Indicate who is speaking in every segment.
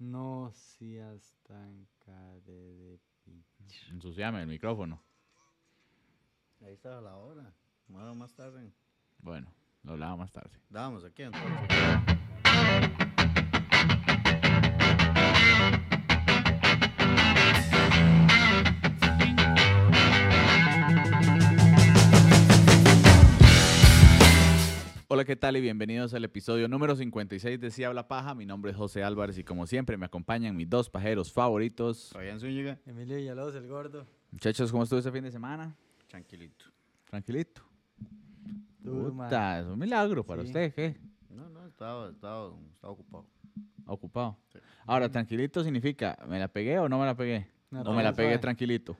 Speaker 1: No seas tan care de pinche.
Speaker 2: Ensuciame el micrófono.
Speaker 3: Ahí estaba la hora. Bueno, más tarde.
Speaker 2: Bueno, lo hablaba más tarde.
Speaker 3: Dábamos aquí entonces.
Speaker 2: Hola, ¿qué tal? Y bienvenidos al episodio número 56 de Si Habla Paja. Mi nombre es José Álvarez y como siempre me acompañan mis dos pajeros favoritos.
Speaker 3: Fabián Zúñiga.
Speaker 1: Emilio Villalobos, el gordo.
Speaker 2: Muchachos, ¿cómo estuvo este fin de semana?
Speaker 3: Tranquilito.
Speaker 2: Tranquilito.
Speaker 1: Tú, ma.
Speaker 2: Puta, es un milagro para
Speaker 1: Sí.
Speaker 2: usted, ¿qué?
Speaker 3: No, no, estaba, estaba, estaba ocupado.
Speaker 2: Ocupado.
Speaker 3: Sí.
Speaker 2: Ahora, tranquilito significa, ¿me la pegué o no me la pegué?
Speaker 1: No,
Speaker 2: o me la
Speaker 1: todo
Speaker 2: pegué
Speaker 1: suave.
Speaker 2: tranquilito.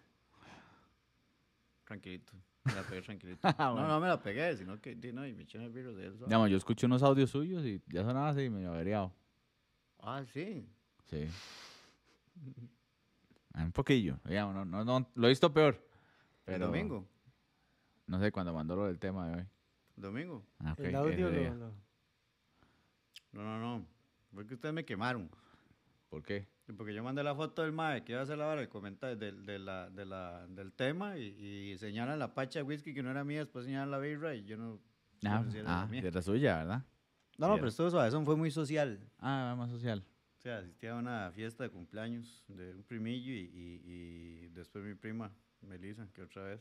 Speaker 3: Tranquilito. Me la pegué tranquilito.
Speaker 2: Ah,
Speaker 3: No, no me la pegué, sino que di, no, y me eché el virus de él. ¿sabes?
Speaker 2: Digamos, yo escuché unos audios suyos y ya sonaba así, medio averiado.
Speaker 3: Ah, sí.
Speaker 2: Sí. Ah, Un poquillo, digamos, no, no, no, lo he visto peor.
Speaker 3: El
Speaker 2: Pero
Speaker 3: domingo.
Speaker 2: No sé, cuando mandó lo del tema de hoy.
Speaker 3: Domingo.
Speaker 2: Ah, ok,
Speaker 1: el
Speaker 2: ese
Speaker 1: audio
Speaker 2: día.
Speaker 1: lo, lo-
Speaker 3: No, no, no. Fue que ustedes me quemaron.
Speaker 2: ¿Por qué?
Speaker 3: Sí, Porque yo mandé la foto del mae que iba a hacer la vara, el comentario del, de la, de la- del tema y, y señalan la pacha de whisky que no era mía, después señalan la birra y yo no. yo
Speaker 2: Ah,
Speaker 3: no sé si era la
Speaker 2: ah,
Speaker 3: mía.
Speaker 2: de la suya, ¿verdad?
Speaker 3: No, no,
Speaker 2: sí
Speaker 3: pero
Speaker 2: era.
Speaker 3: estuvo suave, eso fue muy social.
Speaker 2: Ah, más social.
Speaker 3: O sea, asistí a una fiesta de cumpleaños de un primillo y, y- y después mi prima, Melissa, que otra vez.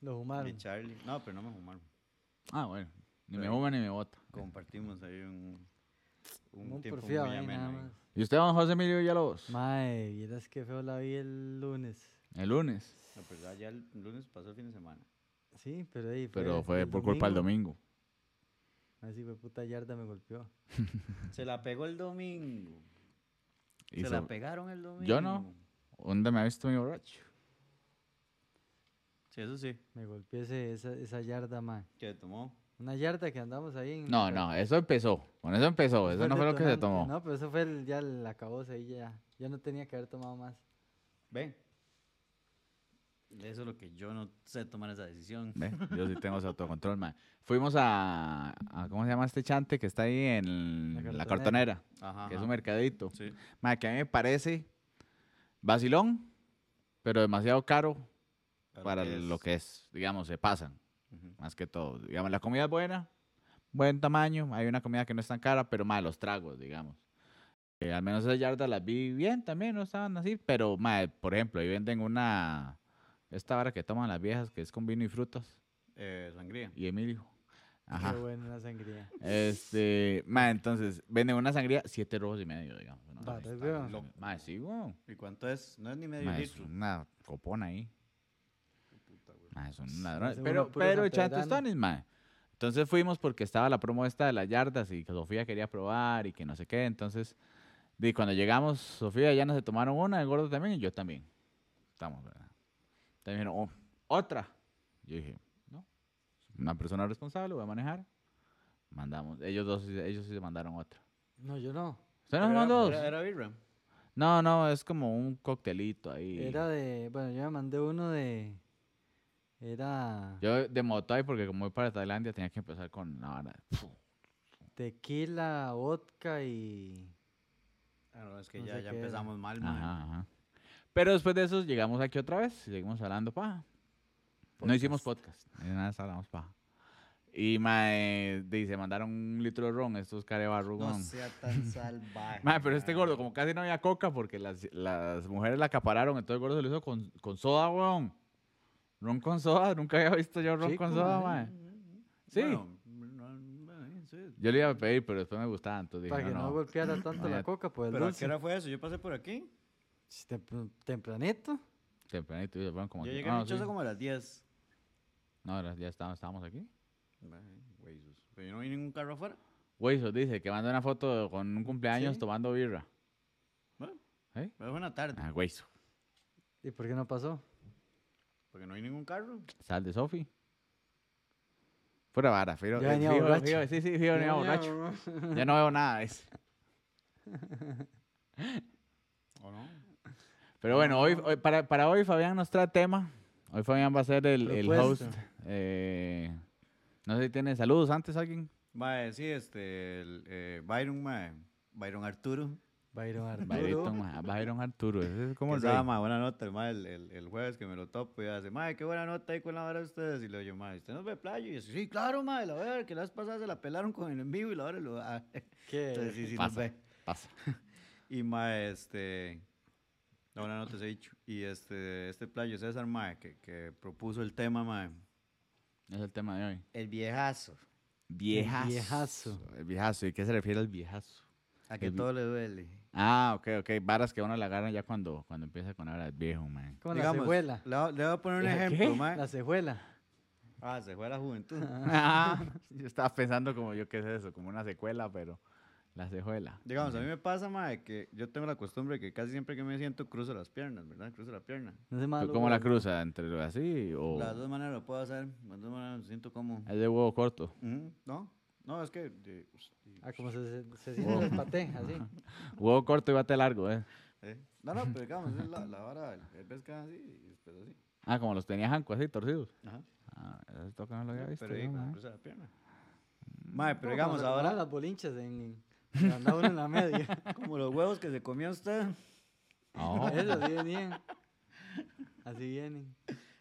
Speaker 1: lo
Speaker 3: Y
Speaker 1: fumaron.
Speaker 3: Charlie. No, pero no me fumaron.
Speaker 2: Ah, bueno. Ni me
Speaker 3: Pero-
Speaker 2: juma ni me bota.
Speaker 3: Compartimos ahí un, un
Speaker 1: Un
Speaker 3: tiempo
Speaker 1: porfiado
Speaker 3: muy
Speaker 1: ahí
Speaker 3: ameno.
Speaker 1: nada
Speaker 3: ahí.
Speaker 1: más.
Speaker 2: ¿Y usted, don José Emilio Villalobos?
Speaker 1: Mae, vieras qué feo la vi el lunes.
Speaker 2: El lunes.
Speaker 3: No, pero ya- ya el lunes pasó el fin de semana.
Speaker 1: Sí, pero ahí fue.
Speaker 2: Pero fue
Speaker 1: el
Speaker 2: por culpa del domingo.
Speaker 1: Así fue puta yarda me golpeó.
Speaker 3: Se la pegó el domingo.
Speaker 2: Y
Speaker 3: se la
Speaker 2: se-
Speaker 3: pegaron el domingo.
Speaker 2: Yo no. ¿Dónde me ha visto mi borracho?
Speaker 3: Sí, eso sí.
Speaker 1: Me golpeé ese- esa, esa yarda, mae.
Speaker 3: ¿Qué tomó?
Speaker 1: Una yarda que andamos ahí
Speaker 3: Mm.
Speaker 1: en.
Speaker 2: No,
Speaker 1: pero-
Speaker 2: no, eso empezó. Con eso empezó.
Speaker 1: el
Speaker 2: Eso no fue lo que se
Speaker 1: detonante.
Speaker 2: tomó.
Speaker 1: No, pero eso fue el, ya el acabose ahí ya. Ya no tenía que haber tomado más.
Speaker 3: Ve. Eso es lo que yo no sé tomar esa decisión.
Speaker 2: ¿Ve? Yo sí tengo ese autocontrol, man. Fuimos a, a- ¿Cómo se llama este chante que está ahí en
Speaker 1: La
Speaker 2: la
Speaker 1: Cartonera.
Speaker 2: cartonera?
Speaker 3: Ajá.
Speaker 2: Que es
Speaker 3: ajá.
Speaker 2: un mercadito.
Speaker 3: Sí.
Speaker 2: Ma, que a mí me parece vacilón, pero demasiado caro para lo que es. Digamos, se pasan,
Speaker 3: Ujú.
Speaker 2: más que todo. Digamos, la comida es buena, buen tamaño. Hay una comida que no es tan cara, pero más los tragos, digamos. Eh, al menos esas yardas las vi bien también, no estaban así. Pero, ma, por ejemplo, ahí venden una. Esta vara que toman las viejas, que es con vino y frutas.
Speaker 3: Eh, sangría.
Speaker 2: Y Emilio. Ajá.
Speaker 1: Qué bueno la sangría.
Speaker 2: Este, ma, entonces, venden una sangría, siete rojos y medio, digamos. Una
Speaker 1: Va,
Speaker 2: cosa
Speaker 1: te
Speaker 2: así,
Speaker 1: veo.
Speaker 2: está,
Speaker 3: Loco.
Speaker 2: Ma, sí, weón.
Speaker 3: ¿Y cuánto es? No es ni medio
Speaker 2: Ma, es
Speaker 3: litro.
Speaker 2: una copona ahí. Ma, son unos ladrones.
Speaker 1: ese
Speaker 2: Pero,
Speaker 1: uno puro
Speaker 2: pero
Speaker 1: San
Speaker 2: echan
Speaker 1: Pedrano.
Speaker 2: tostones, ma. Entonces fuimos porque estaba la promo esta de las yardas y que Sofía quería probar y que no sé qué. Entonces, di, cuando llegamos, Sofía ya nos se tomaron una, el gordo también y yo también. Estamos, ¿verdad? También dijeron, "Oh, otra. Yo dije, no, una persona responsable, voy a manejar. Mandamos, ellos dos, sí- ellos sí se mandaron otra.
Speaker 1: No, yo no.
Speaker 2: ¿Usted no se
Speaker 3: Pero
Speaker 2: mandó dos?
Speaker 3: era, era- era birra.
Speaker 2: No, no, es como un coctelito ahí.
Speaker 1: Era de. Bueno, yo me mandé uno de. Era
Speaker 2: Yo de Motai, porque como voy para Tailandia, tenía que empezar con la vara.
Speaker 1: tequila, vodka y.
Speaker 3: Ah, no, es que
Speaker 1: No
Speaker 3: ya,
Speaker 1: sé
Speaker 3: ya
Speaker 1: qué era.
Speaker 3: empezamos mal, mae.
Speaker 2: Ajá, ajá. Pero después de eso, llegamos aquí otra vez, seguimos hablando paja. No hicimos podcast, ni nada, hablamos paja. Y mae, di, se mandaron un litro de ron, estos carebarros.
Speaker 3: No
Speaker 2: weón.
Speaker 3: sea tan salvaje.
Speaker 2: Mae, pero este
Speaker 3: mae.
Speaker 2: gordo, como casi no había coca porque las, las mujeres la acapararon, entonces el gordo se lo hizo con, con soda, weón. Ron con soda, nunca había visto yo ron
Speaker 1: Sí,
Speaker 2: con
Speaker 1: como
Speaker 2: soda,
Speaker 1: sí.
Speaker 2: mae. Sí.
Speaker 3: Bueno, no, no, sí.
Speaker 2: Yo le iba a pedir, pero después me gustaba, entonces
Speaker 1: Para
Speaker 2: dije,
Speaker 1: que no,
Speaker 2: no, no.
Speaker 1: golpeara tanto
Speaker 2: Ya-
Speaker 1: la coca, pues el
Speaker 3: ¿Pero a qué
Speaker 1: dulce.
Speaker 3: hora fue eso? Yo pasé por aquí.
Speaker 1: Sí, tem- Tempranito.
Speaker 2: Tempranito, y se fueron como
Speaker 3: Yo
Speaker 2: aquí.
Speaker 3: llegué
Speaker 2: Ah,
Speaker 3: a
Speaker 2: no,
Speaker 3: mi choza
Speaker 2: sí.
Speaker 3: como a las 10.
Speaker 2: No, era- ya estábamos, estábamos aquí.
Speaker 3: Mae, güey, sus- Pero yo no vi ningún carro afuera.
Speaker 2: Weisos dice que manda una foto con un cumpleaños
Speaker 3: Sí.
Speaker 2: tomando birra.
Speaker 3: Bueno,
Speaker 2: ¿Eh?
Speaker 3: pero fue una tarde.
Speaker 2: Ah, Weiso.
Speaker 1: ¿Y por qué no pasó?
Speaker 3: Porque no hay ningún carro.
Speaker 2: Sal de Sofi. Fuera vara, fijo.
Speaker 1: Ya
Speaker 2: eh,
Speaker 1: venía
Speaker 2: fijo-
Speaker 1: borracho.
Speaker 2: fijo- sí, sí, fijo, venía borracho. Ya no veo nada, dice.
Speaker 3: ¿O no?
Speaker 2: Pero bueno, hoy, hoy- para, para hoy Fabián nos trae tema. Hoy Fabián va a ser el, el host.
Speaker 1: Propuesta.
Speaker 2: Eh, no sé si tiene saludos antes alguien.
Speaker 3: Mae, sí, este, el, eh, Byron, mae. Byron Arturo.
Speaker 1: Byron Arturo.
Speaker 2: Byron, ma- Byron Arturo, ese es como
Speaker 3: ¿Cómo
Speaker 2: el
Speaker 3: se
Speaker 2: rey.
Speaker 3: llama? Buena nota, el, mae, el, el- el jueves que me lo topo y hace, mae, qué buena nota ahí con la vara de ustedes. Y le digo, mae, ¿usted nos ve playo? Y yo, sí, claro, mae, la verdad, que las pasadas se la pelaron con el en vivo y la hora lo. ah".
Speaker 1: ¿Qué?
Speaker 3: Entonces, sí, sí, nos
Speaker 2: Pasa,
Speaker 3: ve.
Speaker 2: pasa.
Speaker 3: Y mae, este. La buena nota se ha dicho. Y este, este playo, César, mae, que, que propuso el tema, mae.
Speaker 2: Es el tema de hoy.
Speaker 3: El viejazo.
Speaker 2: Viejazo.
Speaker 1: viejazo.
Speaker 2: El viejazo. ¿Y qué se refiere al viejazo?
Speaker 3: A que
Speaker 2: El vi-
Speaker 3: todo le duele.
Speaker 2: Ah, ok, ok. Varas que a uno le agarran ya cuando, cuando empieza con ahora el viejo, man.
Speaker 1: Como la
Speaker 3: Digamos,
Speaker 1: cejuela.
Speaker 3: Le, voy- le voy a poner un
Speaker 2: ¿La
Speaker 3: ejemplo,
Speaker 2: qué?
Speaker 1: La
Speaker 3: mae.
Speaker 1: cejuela.
Speaker 3: Ah, se fue a la juventud.
Speaker 2: Ah, yo estaba pensando como yo, ¿qué es eso? Como una secuela, pero la cejuela.
Speaker 3: Digamos, a
Speaker 2: Ok.
Speaker 3: mí me pasa, mae, que yo tengo la costumbre que casi siempre que me siento cruzo las piernas, ¿verdad? Cruzo la pierna.
Speaker 1: No sé
Speaker 2: ¿Tú
Speaker 1: malo,
Speaker 2: cómo la
Speaker 1: güey.
Speaker 2: cruza? ¿Entre lo así o...?
Speaker 3: Las dos maneras lo puedo hacer. Las dos maneras me siento como.
Speaker 2: Es de huevo corto.
Speaker 3: Ujú, ¿No? No, es que. de- pues,
Speaker 1: Ah, como se, se, se siente
Speaker 2: Oh.
Speaker 1: el paté, así.
Speaker 2: Huevo corto y bate largo, ¿eh?
Speaker 3: eh. No, no, pero digamos, es la, la vara. El pez queda así y después así.
Speaker 2: Ah, como los tenía Janco, así, torcidos.
Speaker 3: Ajá.
Speaker 2: Ah, eso toca no lo había
Speaker 3: Sí,
Speaker 2: visto.
Speaker 3: Pero ahí,
Speaker 2: yo,
Speaker 3: cuando
Speaker 2: man.
Speaker 3: cruza la pierna. Mae, pero
Speaker 1: Como
Speaker 3: digamos,
Speaker 1: cuando se tomaban
Speaker 3: ahora.
Speaker 1: las bolinchas en. en- Andaba uno en la media.
Speaker 3: Como los huevos que se comió usted.
Speaker 2: Ah,
Speaker 1: Eso, así venían. Así vienen.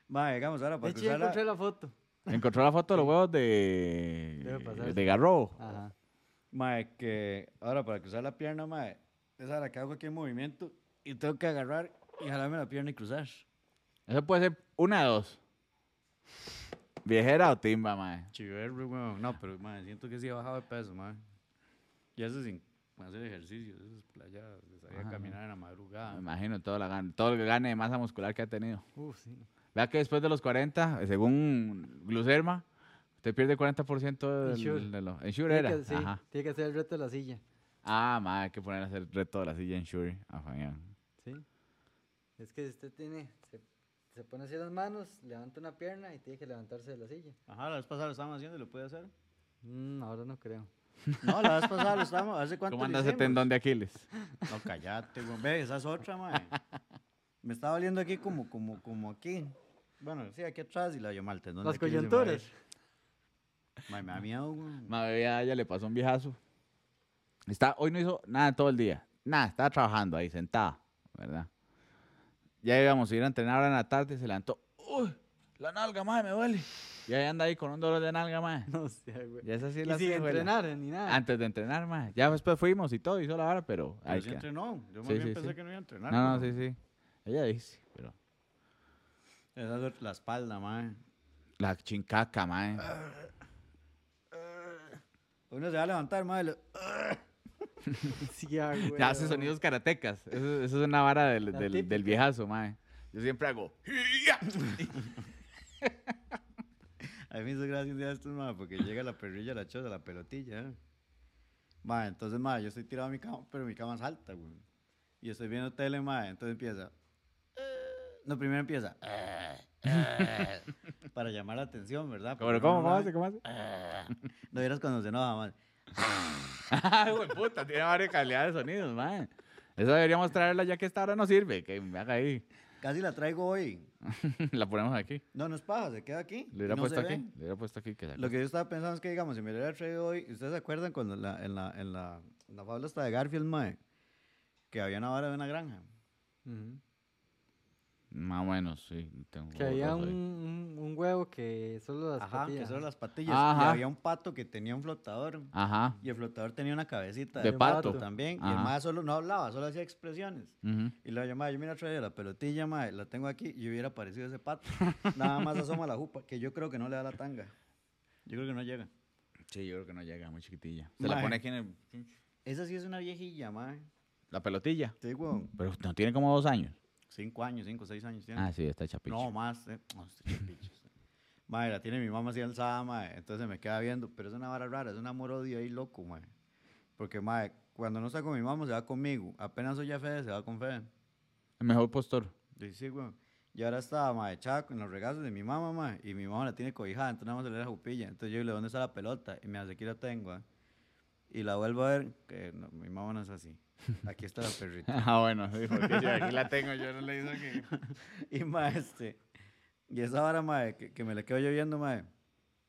Speaker 3: Mae, digamos, ahora
Speaker 1: De
Speaker 3: para
Speaker 1: hecho, ya
Speaker 3: cruzar la-
Speaker 1: encontré la foto.
Speaker 2: Encontró la foto de los huevos de...
Speaker 1: pasar.
Speaker 2: De Garrobo.
Speaker 1: Ajá.
Speaker 3: Mae, que ahora para cruzar la pierna, mae, es ahora que hago aquí en movimiento y tengo que agarrar y jalarme la pierna y cruzar.
Speaker 2: Eso puede ser una de dos. Viejera o timba, mae.
Speaker 3: Chiverro, weón. No, pero mae, siento que sí he bajado de peso, mae. Y eso sin hacer ejercicio, eso es playa, de salir
Speaker 2: Ajá.
Speaker 3: a caminar en la
Speaker 2: Me
Speaker 3: madrugada.
Speaker 2: imagino todo, la gan- todo el gane de masa muscular que ha tenido.
Speaker 1: Uf, sí.
Speaker 2: Vea que después de los 40, eh, según Glucerma, usted pierde 40% del,
Speaker 1: Ensure.
Speaker 2: de los...
Speaker 1: Tiene
Speaker 2: Ensure
Speaker 1: que,
Speaker 2: era.
Speaker 1: sí,
Speaker 2: Ajá.
Speaker 1: tiene que hacer el reto de la silla.
Speaker 2: Ah, mae, hay que poner a hacer el reto de la silla Ah, Ensure a Fabián.
Speaker 1: Sí. Es que si usted tiene. Se, se pone así las manos, levanta una pierna y tiene que levantarse de la silla.
Speaker 3: Ajá, la vez pasada lo estábamos haciendo y lo puede hacer.
Speaker 1: Mm, ahora no creo.
Speaker 3: No, la vez pasada lo estábamos, ¿hace cuánto
Speaker 2: ¿Cómo
Speaker 3: lo
Speaker 2: anda ese
Speaker 3: hicimos?
Speaker 2: tendón de Aquiles?
Speaker 3: No, callate, weón. Ve, esa es otra, mae. Me está doliendo aquí como, como, como aquí. Bueno, sí, aquí atrás y la llamó al tendón.
Speaker 1: Las
Speaker 3: de Aquiles se me va a
Speaker 1: coyunturas.
Speaker 3: ir. Mae, me da miedo, weón.
Speaker 2: Mae, vea, ya le pasó un viejazo. Está, hoy no hizo nada todo el día. Nada, estaba trabajando ahí, sentada, ¿verdad? Ya íbamos a ir a entrenar ahora en la tarde, se levantó. ¡Uy! La nalga, mae, me duele. Y ahí anda ahí con un dolor de nalga, mae.
Speaker 1: No sé, güey.
Speaker 2: Ya es así
Speaker 1: Y
Speaker 2: la
Speaker 1: sin
Speaker 2: cejuela.
Speaker 1: entrenar ni nada.
Speaker 2: Antes de entrenar, mae. Ya después fuimos y todo, hizo la hora, Ah. pero...
Speaker 3: Pero
Speaker 2: ahí
Speaker 3: sí
Speaker 2: queda.
Speaker 3: entrenó. Yo más
Speaker 2: Sí,
Speaker 3: bien
Speaker 2: sí,
Speaker 3: pensé
Speaker 2: sí.
Speaker 3: que no iba a entrenar.
Speaker 2: No, no, sí,
Speaker 3: weón.
Speaker 2: sí. Ella dice, pero...
Speaker 3: Esa es ot- la espalda, mae.
Speaker 2: La chincaca, mae.
Speaker 3: Uno se va a levantar, mae. y le-
Speaker 1: Sí, ah, güey,
Speaker 2: Ya hace
Speaker 1: güey.
Speaker 2: sonidos karatecas. Eso, eso es una vara del,
Speaker 1: La
Speaker 2: del- del
Speaker 1: típica.
Speaker 2: viejazo, mae. Yo siempre hago... "Hiya".
Speaker 3: A mí me hizo gracia un día esto, mae, porque llega la perrilla, la choza, la pelotilla. eh. Mae, entonces, mae, yo estoy tirado a mi cama, pero mi cama es alta, güey. Y estoy viendo tele, mae, entonces empieza. "Eh". No, primero empieza. "Eh, eh", para llamar la atención, ¿verdad?
Speaker 2: Pero,
Speaker 3: Porque
Speaker 2: ¿cómo,
Speaker 3: uno
Speaker 2: cómo
Speaker 3: no
Speaker 2: hace,
Speaker 3: ve.
Speaker 2: cómo hace?
Speaker 3: No vieras cuando se enoja, mae.
Speaker 2: Ah, güey, puta, tiene varias calidades de sonidos, man. Eso deberíamos traerla ya que esta hora no sirve, que me haga ahí.
Speaker 3: Casi la traigo hoy.
Speaker 2: la ponemos aquí.
Speaker 3: No, no es paja, se queda aquí.
Speaker 2: Le hubiera
Speaker 3: y no se
Speaker 2: puesto aquí.
Speaker 3: ve.
Speaker 2: Le hubiera puesto aquí que se
Speaker 3: Lo que yo estaba pensando es que, digamos, si me lo hubiera traído hoy, ¿ustedes se acuerdan cuando la- en la, en la, en la fábula hasta de Garfield, mae? Que había una vara de una granja.
Speaker 1: Ujú.
Speaker 2: Más o menos, sí. Tengo
Speaker 1: Que había un,
Speaker 2: borroso ahí.
Speaker 1: un, un huevo que solo las
Speaker 3: Ajá, que
Speaker 1: patillas.
Speaker 3: son las patillas. Y
Speaker 2: Ajá.
Speaker 3: había un pato que tenía un flotador.
Speaker 2: Ajá.
Speaker 3: Y el flotador tenía una cabecita
Speaker 2: De pato.
Speaker 3: también. Y el
Speaker 2: Ajá.
Speaker 3: mae solo no hablaba, solo hacía expresiones.
Speaker 2: ujú.
Speaker 3: Y la llamaba, yo mira, traía la pelotilla, mae, la tengo aquí y hubiera aparecido ese pato. Nada más asoma la jupa, que yo creo que no le da la tanga. Yo creo que no llega.
Speaker 2: Sí, yo creo que no llega, muy chiquitilla. Se la
Speaker 3: Mae.
Speaker 2: pone aquí en el-
Speaker 3: Esa sí es una viejilla, mae.
Speaker 2: la pelotilla.
Speaker 3: Sí, weón.
Speaker 2: Pero no tiene como dos años.
Speaker 3: Cinco años, cinco, seis años tiene.
Speaker 2: Ah, sí, está chapicho.
Speaker 3: No, más. Eh. No, este chapillo, este. Mae, la tiene mi mamá así alzada, mae. Entonces me queda viendo. Pero es una vara rara, es un amor-odio ahí loco, mae. Porque, mae, cuando no está con mi mamá, se va conmigo. Apenas soy ya Fede, se va con Fede.
Speaker 2: El mejor postor.
Speaker 3: Y sí, weón. Y ahora está, mae, echada en los regazos de mi mamá, mae. Y mi mamá la tiene cobijada, entonces nada más se le da la jupilla. Entonces yo le digo, ¿dónde está la pelota? Y me hace, aquí la tengo, ah". Y la vuelvo a ver, que no, mi mamá no es así. Aquí está la perrita.
Speaker 2: Ah, bueno, sí, porque yo aquí la tengo, yo no le hice que.
Speaker 3: Y mae, este. Y esa vara, mae, que, que me la quedo yo viendo, mae.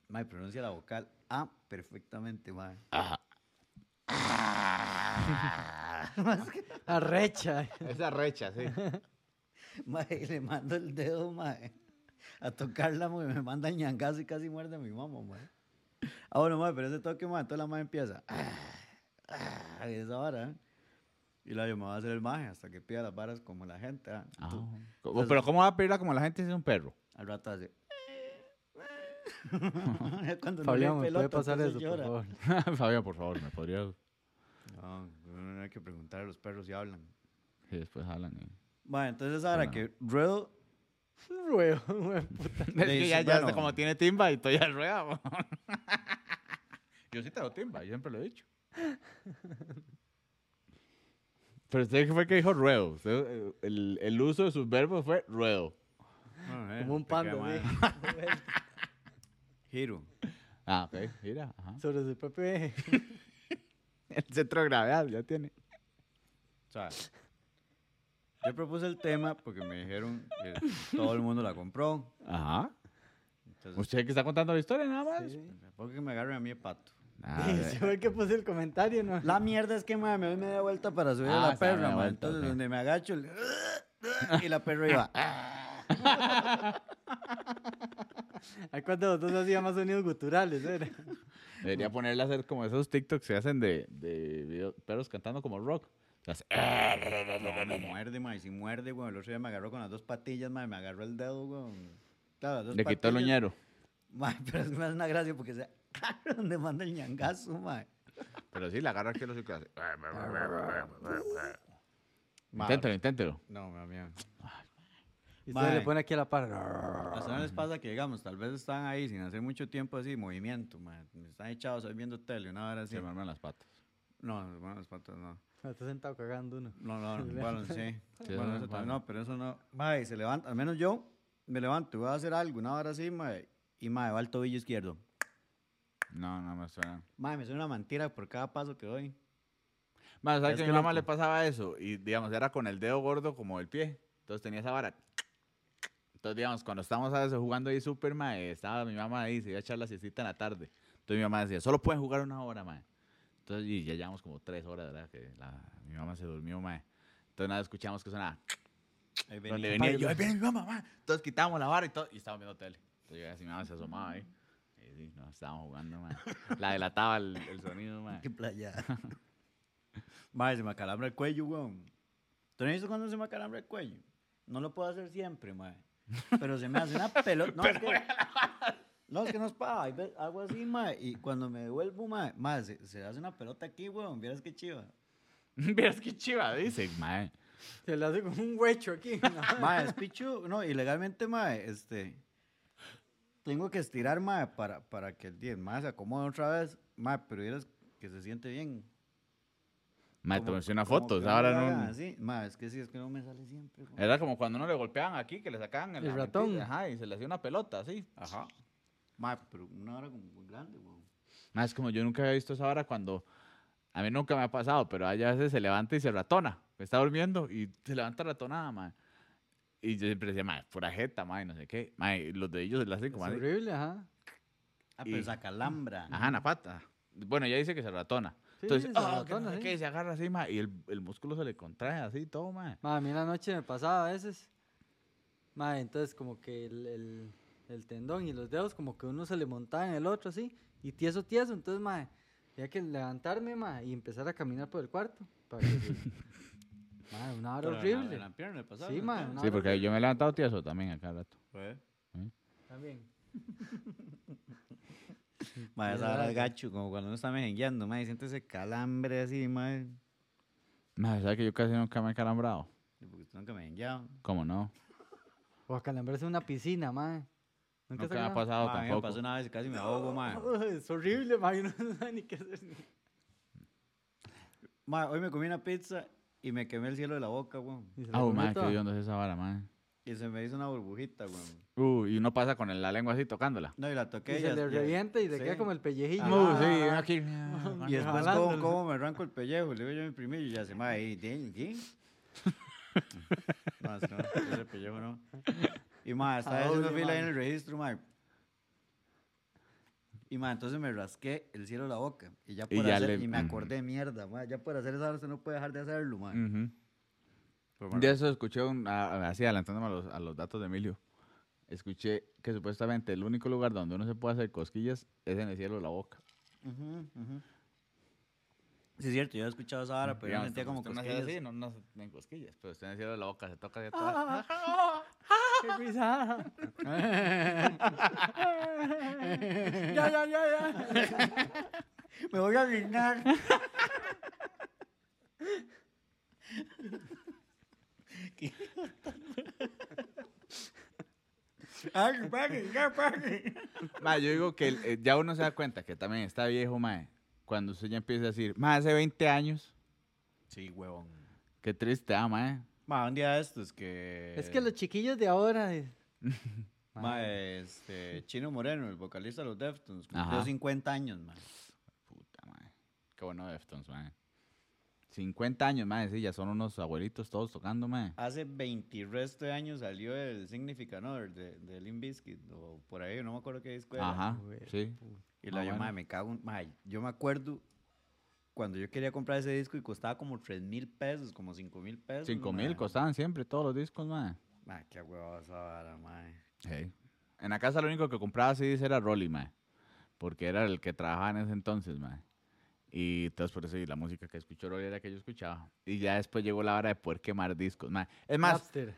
Speaker 3: Mae, pronuncia la vocal A perfectamente, mae.
Speaker 1: Arrecha.
Speaker 2: Esa recha, sí.
Speaker 3: Mae, y le mando el dedo, mae, a tocarla, mae, me manda el ñangazo y casi muerde a mi mamá, mae. Ah, bueno, mae, pero ese toque, mae, toda la mae empieza. Ah, ah, y esa vara, ¿eh? Y la yo me va a hacer el maje hasta que pida las varas como la gente. ¿ah?
Speaker 2: Ah.
Speaker 3: Tú,
Speaker 2: Co- Pero ¿cómo va a pedirla como la gente si es un perro?
Speaker 3: al rato hace. Cuando no le
Speaker 1: Fabián, ¿me puede
Speaker 3: pelota,
Speaker 1: pasar eso,
Speaker 3: entonces
Speaker 1: por
Speaker 3: llora.
Speaker 1: favor?
Speaker 2: Fabián, por favor, me podría...
Speaker 3: No, no hay que preguntar a los perros si hablan. Ah.
Speaker 2: Sí, después hablan. y-
Speaker 3: Mae, entonces ahora
Speaker 2: Bueno.
Speaker 3: que Ruedo
Speaker 1: Ruego, weón.
Speaker 2: Es
Speaker 3: Le
Speaker 2: que ya,
Speaker 3: dicen,
Speaker 2: ya
Speaker 3: bueno.
Speaker 2: como tiene timba y estoy al rueda. yo sí tengo timba, yo siempre lo he dicho. Pero usted qué fue que dijo ruedo. Usted, eh, el, el uso de sus verbos fue ruedo.
Speaker 3: Bueno, eh,
Speaker 1: Como un
Speaker 3: te queda
Speaker 1: panda,
Speaker 3: mal.
Speaker 1: sí. Güey,
Speaker 3: Giro.
Speaker 2: Ah, ok, mira. ajá.
Speaker 1: Sobre su propio eje.
Speaker 2: El centro de gravedad ya tiene.
Speaker 3: O sea, yo propuse el tema porque me dijeron que todo el mundo la compró.
Speaker 2: Ajá.
Speaker 3: Entonces,
Speaker 2: Usted que está contando la historia nada más.
Speaker 1: Sí.
Speaker 3: ¿por qué me agarren a mí el pato?
Speaker 2: Ah,
Speaker 1: Sí,
Speaker 2: de-
Speaker 1: Ese fue el que puse el comentario, ¿no?
Speaker 3: La mierda es que mae, me doy media vuelta para subir
Speaker 2: Ah,
Speaker 3: a la
Speaker 2: está media
Speaker 3: perra, mae.
Speaker 2: vuelta,
Speaker 3: Entonces,
Speaker 2: ok.
Speaker 3: donde me agacho, el- y la perra iba.
Speaker 1: Ahí cuando los dos hacían más sonidos guturales, ¿eh? era.
Speaker 2: Debería ponerle a hacer como esos TikToks que se hacen de, de video- perros cantando como rock. eh, Que hace-
Speaker 3: No, me muerde, mae. Si muerde, güey. El otro día me agarró con las dos patillas, mae. Me agarró el dedo, güey. Claro, las dos
Speaker 2: Le quitó el
Speaker 3: patillas.
Speaker 2: uñero.
Speaker 3: Mae, pero es que me hace una gracia porque se donde manda el ñangazo, mae.
Speaker 2: Pero sí, le agarra aquí los y hace.
Speaker 3: Mae,
Speaker 2: Inténtelo, inténtelo.
Speaker 3: No, me da miedo.
Speaker 1: Y ustedes le
Speaker 3: Mae.
Speaker 1: pone aquí a la par.
Speaker 3: Hasta no les pasa que, digamos, tal vez están ahí sin hacer mucho tiempo así, movimiento, mae, Están echados ahí viendo tele, una hora así.
Speaker 2: Se me arman las patas.
Speaker 3: No, bueno, las patas no.
Speaker 1: Me está sentado cagando uno.
Speaker 3: No, no, bueno, sí.
Speaker 2: Sí,
Speaker 3: Bueno,
Speaker 2: no,
Speaker 3: eso también
Speaker 2: bueno.
Speaker 3: no, pero eso no. Mae, se levanta, al menos yo me levanto, voy a hacer algo, una hora así, mae, y mae, va al tobillo izquierdo.
Speaker 2: No, no me suena.
Speaker 3: Mae, me suena una mentira por cada paso que doy.
Speaker 2: Más, ¿sabes
Speaker 3: Es
Speaker 2: que a
Speaker 3: que
Speaker 2: mi mamá
Speaker 3: loco.
Speaker 2: le pasaba eso? Y, digamos, era con el dedo gordo como el pie. Entonces tenía esa vara. Entonces, digamos, cuando estábamos a veces jugando ahí Super, mae, estaba mi mamá ahí, se iba a echar la siestita en la tarde. Entonces mi mamá decía, solo pueden jugar una hora, mae. Entonces, y ya llevamos como tres horas, ¿verdad? Que la- mi mamá se durmió, mae. Entonces, nada, escuchamos que sonaba.
Speaker 3: Ahí venía.
Speaker 2: Donde venía yo, ahí viene mi mamá, mamá. Entonces quitábamos la vara y todo, y estábamos viendo tele. Entonces llegaba así, mi mamá se asomaba ahí. Y sí, no, estábamos jugando, mae. La delataba el, el sonido, mae.
Speaker 3: Qué playa. mae, se me acalambra el cuello, weón. ¿Tú no has visto cuando se me acalambra el cuello? No lo puedo hacer siempre, mae. Pero se me hace una pelota. No, es que, no, es que no es pa. hay ve- Hago así, mae. Y cuando me devuelvo, mae, mae, se, se hace una pelota aquí, weón. Vieras qué chiva.
Speaker 2: Vieras qué chiva, dice, mae.
Speaker 1: Se le hace como un huecho aquí. ¿no?
Speaker 3: Mae, es pichu. No, ilegalmente, mae, este. Tengo que estirar, mae, para, para que el 10 mae se acomode otra vez. Mae, pero vieras que se siente bien.
Speaker 2: Mae,
Speaker 3: Como-
Speaker 2: tomé una
Speaker 3: como
Speaker 2: foto,
Speaker 3: que
Speaker 2: esa
Speaker 3: uno
Speaker 2: vara
Speaker 3: lo
Speaker 2: no-
Speaker 3: haga así. Mae, es que sí, es que no me sale siempre, weón.
Speaker 2: Era como cuando uno le golpeaban aquí, que le sacaban
Speaker 1: El
Speaker 2: la
Speaker 1: ratón.
Speaker 2: metida, Ajá, y se le hacía una pelota, así.
Speaker 3: Ajá. Mae, pero una hora como muy grande, weón.
Speaker 2: Mae, es como yo nunca había visto esa vara cuando... A mí nunca me ha pasado, pero ella a veces se levanta y se ratona. Está durmiendo y se levanta ratonada, mae. Y yo siempre decía, mae, pura jeta, mae, no sé qué. Mae, los dedillos se le hacen
Speaker 1: Es
Speaker 2: como así.
Speaker 1: horrible, ajá.
Speaker 3: Ah, pero
Speaker 2: Y-
Speaker 3: saca alhambra.
Speaker 2: Ajá, en la pata. Bueno, ella dice que se ratona.
Speaker 1: Sí,
Speaker 2: Entonces,
Speaker 1: sí, se
Speaker 2: ah, que no
Speaker 1: ratona,
Speaker 2: sé
Speaker 1: sí.
Speaker 2: qué, y se agarra así, ma, y el, el músculo se le contrae así y todo, ma.
Speaker 1: Ma, a mí en la noche me pasaba a veces. Ma, entonces como que el, el- el tendón y los dedos como que uno se le montaba en el otro así. Y tieso, tieso. Entonces, ma, tenía que levantarme, ma, y empezar a caminar por el cuarto. para que se- ma, una hora
Speaker 3: Pero en la-
Speaker 1: horrible.
Speaker 3: en la pierna, pasaba,
Speaker 1: Sí,
Speaker 3: en la
Speaker 1: mae,
Speaker 3: pierna.
Speaker 1: no.
Speaker 2: Sí, porque yo me he levantado tieso también acá al rato.
Speaker 3: Fue.
Speaker 1: También.
Speaker 3: Mae,
Speaker 1: Esa
Speaker 3: esa hora
Speaker 1: vara-
Speaker 3: es gacho, como cuando uno está mejengueando, mae, siente ese calambre así, mae.
Speaker 2: Ma, ¿sabes que yo casi nunca me he calambrado?
Speaker 3: Y Porque usted nunca mejengueado.
Speaker 2: ¿Cómo no?
Speaker 1: O acalambrarse en una piscina, ma. Nunca,
Speaker 2: Nunca
Speaker 1: se
Speaker 2: me ha
Speaker 1: acalam-
Speaker 2: pasado
Speaker 3: Mae, a mí me
Speaker 2: tampoco.
Speaker 3: pasó una vez y casi me ahogo, mae.
Speaker 1: Es horrible, ma, y uno no sabe ni qué hacer. ni-
Speaker 3: Mae, hoy me comí una pizza y me quemé el cielo de la boca, weón.
Speaker 1: y se la
Speaker 2: Ah,
Speaker 1: comió
Speaker 2: ma, que
Speaker 1: toda.
Speaker 2: yo es esa vara, ma.
Speaker 3: Y se me hizo una burbujita, weón.
Speaker 2: Uh, y uno pasa con el- la lengua así tocándola.
Speaker 3: No, y la
Speaker 1: Y
Speaker 3: toqué
Speaker 1: se le revienta y le
Speaker 3: sí.
Speaker 1: queda como el pellejillo.
Speaker 3: Ah,
Speaker 2: Uh,
Speaker 1: ma.
Speaker 2: sí,
Speaker 3: ah,
Speaker 2: ven
Speaker 3: ah.
Speaker 2: aquí.
Speaker 3: Y después,
Speaker 1: Jalando
Speaker 3: ¿cómo,
Speaker 1: el-
Speaker 3: cómo me arranco el pellejo? Le digo yo a mi primillo y ya se me ahí, ¿qué? ¿qué? No, es que no, es el pellejo no. Y más,
Speaker 1: ¿A
Speaker 2: Ah,
Speaker 3: estaba haciendo
Speaker 1: dónde,
Speaker 3: fila ahí en
Speaker 1: mae?
Speaker 3: el registro, mae. Y ma, entonces me rasqué el cielo de la boca. Y ya
Speaker 2: Y
Speaker 3: por
Speaker 2: ya
Speaker 3: hacer,
Speaker 2: le- Mm.
Speaker 3: y me
Speaker 2: ujú.
Speaker 3: acordé, mierda, ma, ya por hacer esa hora usted no puede dejar de hacerlo, ma.
Speaker 2: Ujú.
Speaker 3: Pero, ma,
Speaker 2: De eso escuché, un- a- así adelantándome a los, a los datos de Emilio, escuché que supuestamente el único lugar donde uno se puede hacer cosquillas es en el cielo de la boca.
Speaker 3: ujú, ujú. Sí, es cierto, yo he escuchado esa hora, pero yo
Speaker 2: Digamos,
Speaker 3: sentía como
Speaker 2: usted no hace
Speaker 3: cosquillas.
Speaker 2: así, no, no se tienen cosquillas, pero usted en el cielo de la boca se toca de todas.
Speaker 3: Ah,
Speaker 1: ¡Qué risa! ya, ya, ya, ya.
Speaker 2: Eh.
Speaker 3: Me voy a orinar. ¿Qué? Ay, pare, ya, pare.
Speaker 2: Ma, yo digo que el- eh, ya uno se da cuenta que también está viejo, mae, cuando usted ya empieza a decir, mae, hace 20 años,
Speaker 3: Sí, huevón.
Speaker 2: qué triste, ah, mae.
Speaker 3: Ma, un día de estos que...
Speaker 1: Es que los chiquillos de ahora. eh,
Speaker 3: Ma, este, Chino Moreno, el vocalista de los Deftones, cumplió
Speaker 2: Ajá.
Speaker 3: 50 años, ma.
Speaker 2: Puta, mae. Qué bueno Deftones, mae. 50 años, mae, sí, ya son unos abuelitos todos tocando, mae.
Speaker 3: Hace 20 y resto de años salió el Significant Other de, de Limp Bizkit, o por ahí, no me acuerdo qué disco era.
Speaker 2: Ajá,
Speaker 1: güey,
Speaker 2: sí.
Speaker 3: Y
Speaker 2: Ah,
Speaker 3: la llamada
Speaker 2: bueno.
Speaker 3: me cago en... mae, yo me acuerdo cuando yo quería comprar ese disco y costaba como 3 mil pesos, como 5 mil pesos.
Speaker 2: 5 mil
Speaker 3: mae.
Speaker 2: costaban siempre todos los discos, mae.
Speaker 3: Mae, qué huevada esa vara, mae.
Speaker 2: Hey. En la casa lo único que compraba CDs era Rolly, mae. Porque era el que trabajaba en ese entonces, mae. Y entonces por eso y la música que escuchó Rolly era la que yo escuchaba. Y ya después llegó la hora de poder quemar discos, mae. Es más,
Speaker 1: Napster.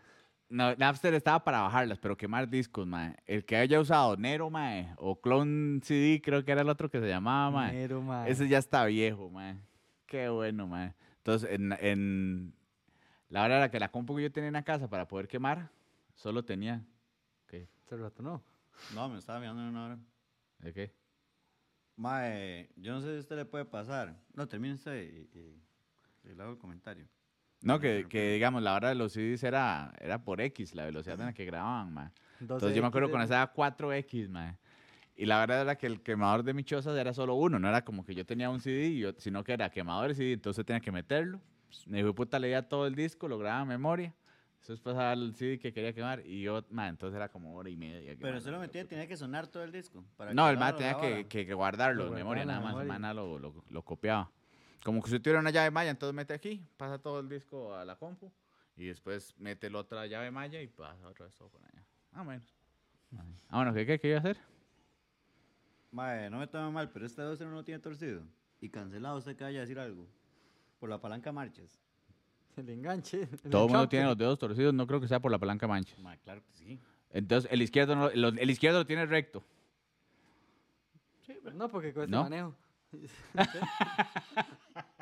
Speaker 2: no, Napster estaba para bajarlas, pero quemar discos, mae. El que haya usado Nero, mae, o Clone CD, creo que era el otro que se llamaba, ah, mae.
Speaker 1: Mero, mae.
Speaker 2: Ese ya está viejo, man. Qué bueno, man. Entonces, en, en la hora de la que la compu que yo tenía en la casa para poder quemar, solo tenía. ¿Qué?
Speaker 1: Hace rato no.
Speaker 3: No, me estaba mirando en una hora.
Speaker 2: ¿De qué?
Speaker 3: Mae, yo no sé si a usted le puede pasar. No, termine usted y, y- y le hago el comentario.
Speaker 2: No,
Speaker 3: Bueno,
Speaker 2: que,
Speaker 3: pero
Speaker 2: que,
Speaker 3: pues-
Speaker 2: digamos, la hora de los CDs era, era por X, la velocidad en la que grababan, man.
Speaker 1: 12
Speaker 2: Entonces, yo me acuerdo cuando
Speaker 1: XL.
Speaker 2: estaba 4X, man. Y la verdad era que el quemador de mis chozas era solo uno, no era como que yo tenía un CD, y yo- sino que era quemador y CD, entonces tenía que meterlo. Pues, Me dijo, puta, leía todo el disco, lo grababa en memoria. Después pasaba el CD que quería quemar y yo, man, entonces era como hora y media.
Speaker 3: Pero usted lo
Speaker 2: quemando,
Speaker 3: metía, tenía que sonar todo el disco. para
Speaker 2: No,
Speaker 3: que
Speaker 2: el
Speaker 3: la
Speaker 2: man
Speaker 3: hora
Speaker 2: tenía
Speaker 3: la
Speaker 2: que,
Speaker 3: hora.
Speaker 2: que
Speaker 1: Lo
Speaker 2: guardarlo en
Speaker 1: guardaba
Speaker 2: memoria,
Speaker 1: en la
Speaker 2: nada más, el
Speaker 1: memoria.
Speaker 2: man lo, lo- lo copiaba. Como que si tuviera una llave malla, entonces mete aquí, pasa todo el disco a la compu y después mete la otra llave malla y pasa otra vez todo por allá. Ah, bueno. Ah, bueno, ¿qué, qué, qué iba a hacer?
Speaker 3: Mae, no me toma mal, pero este dedo usted no lo tiene torcido. Y cancelado, usted que vaya a decir algo. Por la palanca marchas.
Speaker 1: El enganche.
Speaker 2: Todo el mundo
Speaker 1: enchauque.
Speaker 2: tiene los dedos torcidos, no creo que sea por la palanca mancha.
Speaker 3: Mae, claro que sí.
Speaker 2: Entonces, el izquierdo, no lo- lo, el izquierdo lo tiene recto.
Speaker 1: No, porque con este
Speaker 2: ¿No?
Speaker 1: manejo.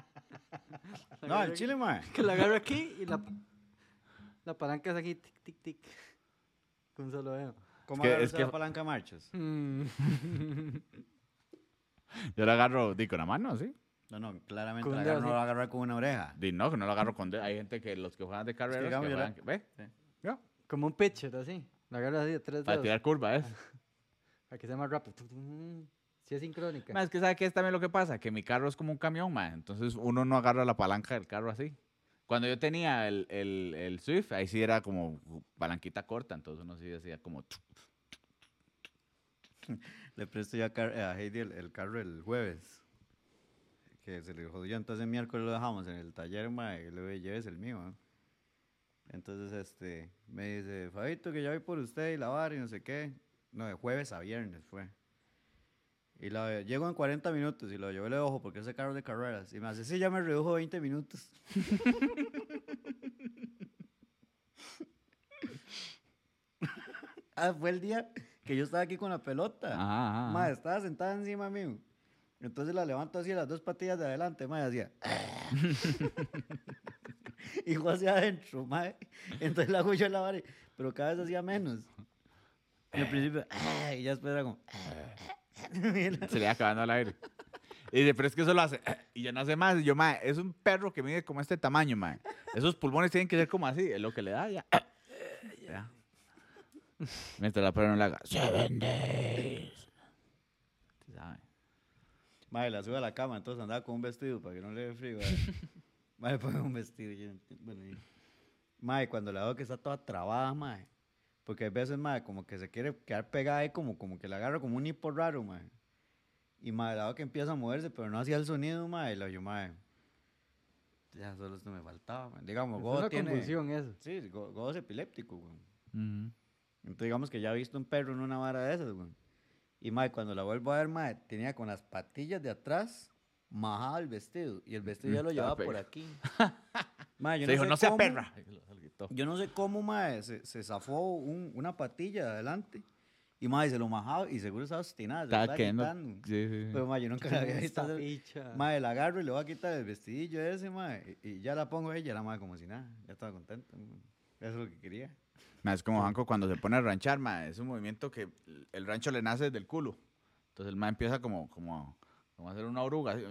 Speaker 1: La
Speaker 3: No,
Speaker 1: agarra
Speaker 3: el
Speaker 1: aquí-
Speaker 3: chile, mae.
Speaker 1: Que la agarro aquí y la, la palanca es aquí, tic, tic, tic. Con un solo dedo.
Speaker 3: ¿Cómo
Speaker 2: que-
Speaker 3: agarra
Speaker 2: es
Speaker 3: usted
Speaker 2: que-
Speaker 3: la palanca marchas?
Speaker 1: Mm.
Speaker 2: Yo lo agarro di, con la mano, ¿sí?
Speaker 3: No, no, claramente
Speaker 1: Con
Speaker 3: la
Speaker 1: un
Speaker 3: agarra-
Speaker 1: dedo así.
Speaker 3: no lo va a agarrar con una oreja.
Speaker 2: Di, no, que no lo agarro con dedos. Hay gente que los que juegan de carreras, que
Speaker 3: digamos, yo la-
Speaker 2: juegan- ¿ve? ¿Vio?
Speaker 1: Como un pitcher, así. La agarro así de tres
Speaker 2: Para
Speaker 1: dedos.
Speaker 2: tirar curva, ¿es?
Speaker 1: Para que sea más rápido. Si es sincrónica.
Speaker 2: Ma, Es que ¿sabe qué es también lo que pasa? Que mi carro es como un camión, ma. Entonces uno no agarra la palanca del carro así. Cuando yo tenía el, el, el Swift, ahí sí era como palanquita corta, entonces uno sí hacía como... tru-
Speaker 3: Le presto yo a, Car- eh, a Heidi el, el carro el jueves. Que se le jodió. Entonces el miércoles lo dejamos en el taller, mae. Y le digo, lleves el mío, ¿eh?". Entonces, este, me dice, Fabito, que ya voy por usted y lavar y no sé qué. No, de jueves a viernes fue. Y la, llego en 40 minutos y lo yo le ojo porque ese carro es de carreras. Y me hace, sí, ya me redujo 20 minutos. ah, fue el día que yo estaba aquí con la pelota.
Speaker 2: Ajá, ajá, ajá.
Speaker 3: Mae, estaba sentada encima mío. Entonces la levanto así las dos patillas de adelante, mae, ah. hacía. y fue hacia adentro, mae. Entonces la hago yo en la vara, y- pero cada vez hacía menos. Y
Speaker 2: Eh.
Speaker 3: al principio, ah, y ya después era como. ah,
Speaker 2: Se le iba acabando el aire. Y dice, pero es que eso lo hace... Y ya no hace más. Y yo, ma, es un perro que mide como este tamaño, ma. Esos pulmones tienen que ser como así. Es lo que le da ya. Ya. Mientras la perra no le haga... Seven days. Usted sabe.
Speaker 3: Mae, la subo a la cama, entonces andaba con un vestido para que no le dé frío. ¿verdad? Mae, ponme un vestido. yo no enti- bueno, y- Mae, cuando la veo que está toda trabada, mae. Porque hay veces, mae, como que se quiere quedar pegada ahí, como, como que la agarro como un hipo raro, mae. Y mae, dado que empieza a moverse, pero no hacía el sonido, mae, y lo yo, mae. Ya solo esto me faltaba, mae. Digamos,
Speaker 1: Es
Speaker 3: Go
Speaker 1: una
Speaker 3: tiene.
Speaker 1: convulsión eso.
Speaker 3: Sí, Go, Go es epiléptico, güey.
Speaker 2: Ujú.
Speaker 3: Entonces, digamos que ya he visto un perro en una vara de esas, güey. Y, mae, cuando la vuelvo a ver, mae, tenía con las patillas de atrás majado el vestido. Y el vestido ya lo
Speaker 2: Mm, estaba
Speaker 3: llevaba por
Speaker 2: pegado.
Speaker 3: aquí. mae, yo
Speaker 2: Se dijo,
Speaker 3: sé
Speaker 2: no sea
Speaker 3: cómo-
Speaker 2: perra. Y lo- lo quitó.
Speaker 3: Yo no sé cómo, mae, se, se zafó un- una patilla de adelante. Y, mae, se lo majaba y seguro estaba obstinada, se lo
Speaker 2: Estaba
Speaker 3: estaba
Speaker 2: quedando-
Speaker 3: quitando.
Speaker 2: Sí, sí, sí.
Speaker 3: Pero, mae, yo nunca la había visto
Speaker 1: Esta
Speaker 3: hacer-
Speaker 1: picha.
Speaker 3: Mae, la agarro y le voy a quitar el vestidillo ese, mae. Y, y ya la pongo a ella, la mae como si nada. Ya estaba contenta. mae. Eso es lo que quería.
Speaker 2: Ma, es como Hanco cuando se pone a ranchar, ma, es un movimiento que el- el rancho le nace desde el culo. Entonces el ma empieza como, como, como a hacer una oruga. así,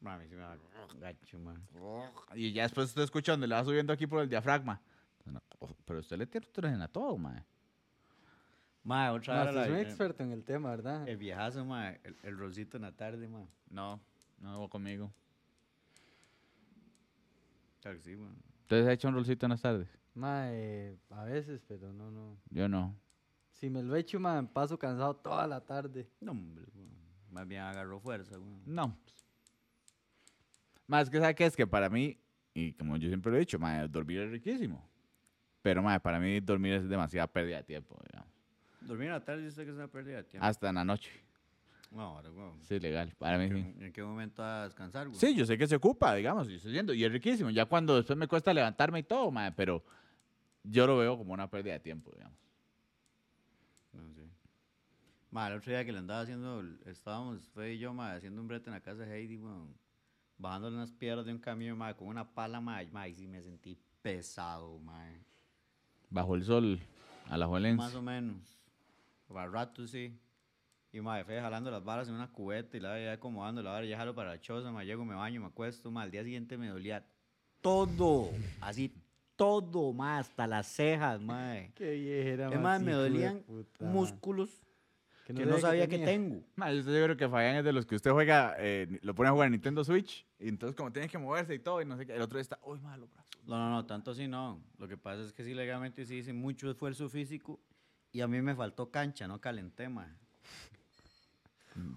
Speaker 3: Mami, sí me va gacho, mae.
Speaker 2: Y ya después usted escucha donde le va subiendo aquí por el diafragma. No, Pero usted le tira a todo, ma.
Speaker 3: Mae,
Speaker 1: Ma,
Speaker 3: otra vez. eh,
Speaker 1: usted es un experto en el tema, ¿verdad?
Speaker 3: El viejazo, mae. El, el rolcito en la tarde, mae.
Speaker 2: No, no va conmigo.
Speaker 3: Claro que sí, mae.
Speaker 2: Entonces ha hecho un rolcito en las tardes.
Speaker 1: Mae, a veces, pero no, no.
Speaker 2: Yo no.
Speaker 1: Si me lo echo, mae, paso cansado toda la tarde.
Speaker 3: No, hombre, mae. Más bien agarró fuerza, mae.
Speaker 2: No. Más que sabe que es que para mí, y como yo siempre lo he dicho, ma, dormir es riquísimo. Pero ma, para mí dormir es demasiada pérdida de tiempo, digamos.
Speaker 3: Dormir en la tarde, yo sé que es una pérdida de
Speaker 1: Ah.
Speaker 3: tiempo.
Speaker 2: Hasta en la noche.
Speaker 3: No, ahora, güey.
Speaker 2: Es ilegal. Para mí sí.
Speaker 3: ¿En qué momento vas a descansar, güey?
Speaker 2: Sí, yo sé que se ocupa, digamos, y estoy yendo, y es riquísimo. Ya cuando después me cuesta levantarme y todo, mae, pero yo lo veo como una pérdida de tiempo, digamos.
Speaker 3: No sé. Ma, el otro día que le andaba haciendo, el- estábamos, Fede y yo, ma, haciendo un brete en la casa de Heidi, weón. Bajándole unas piedras de un camión, ma, con una pala, ma, y, ma, y sí me sentí pesado, ma.
Speaker 2: Bajo el sol, a la
Speaker 3: Más
Speaker 2: Juelense.
Speaker 3: o menos. Para rato, sí. Y, ma, Fede jalando las balas en una cubeta y la ya acomodando la vara, ya jalo para la choza, ma, llego, me baño, me acuesto, ma. Al día siguiente me dolía todo, así, todo, ma, hasta las cejas, ma.
Speaker 1: Qué viejera,
Speaker 3: Es más, me
Speaker 1: sí, hijo de
Speaker 3: dolían
Speaker 1: puta, mae.
Speaker 3: músculos
Speaker 1: Que
Speaker 3: que no sabía que
Speaker 1: tenía.
Speaker 3: tengo.
Speaker 2: yo estoy seguro que Fabián es de los que usted juega, eh, ni- lo pone a jugar en Nintendo Switch, y entonces como tienes que moverse y todo, y no sé qué, el otro día está, uy, malo, brazo.
Speaker 3: No, no, no, tanto así no. Lo que pasa es que sí, legalmente sí hice mucho esfuerzo físico y a mí me faltó cancha, no calenté, ma.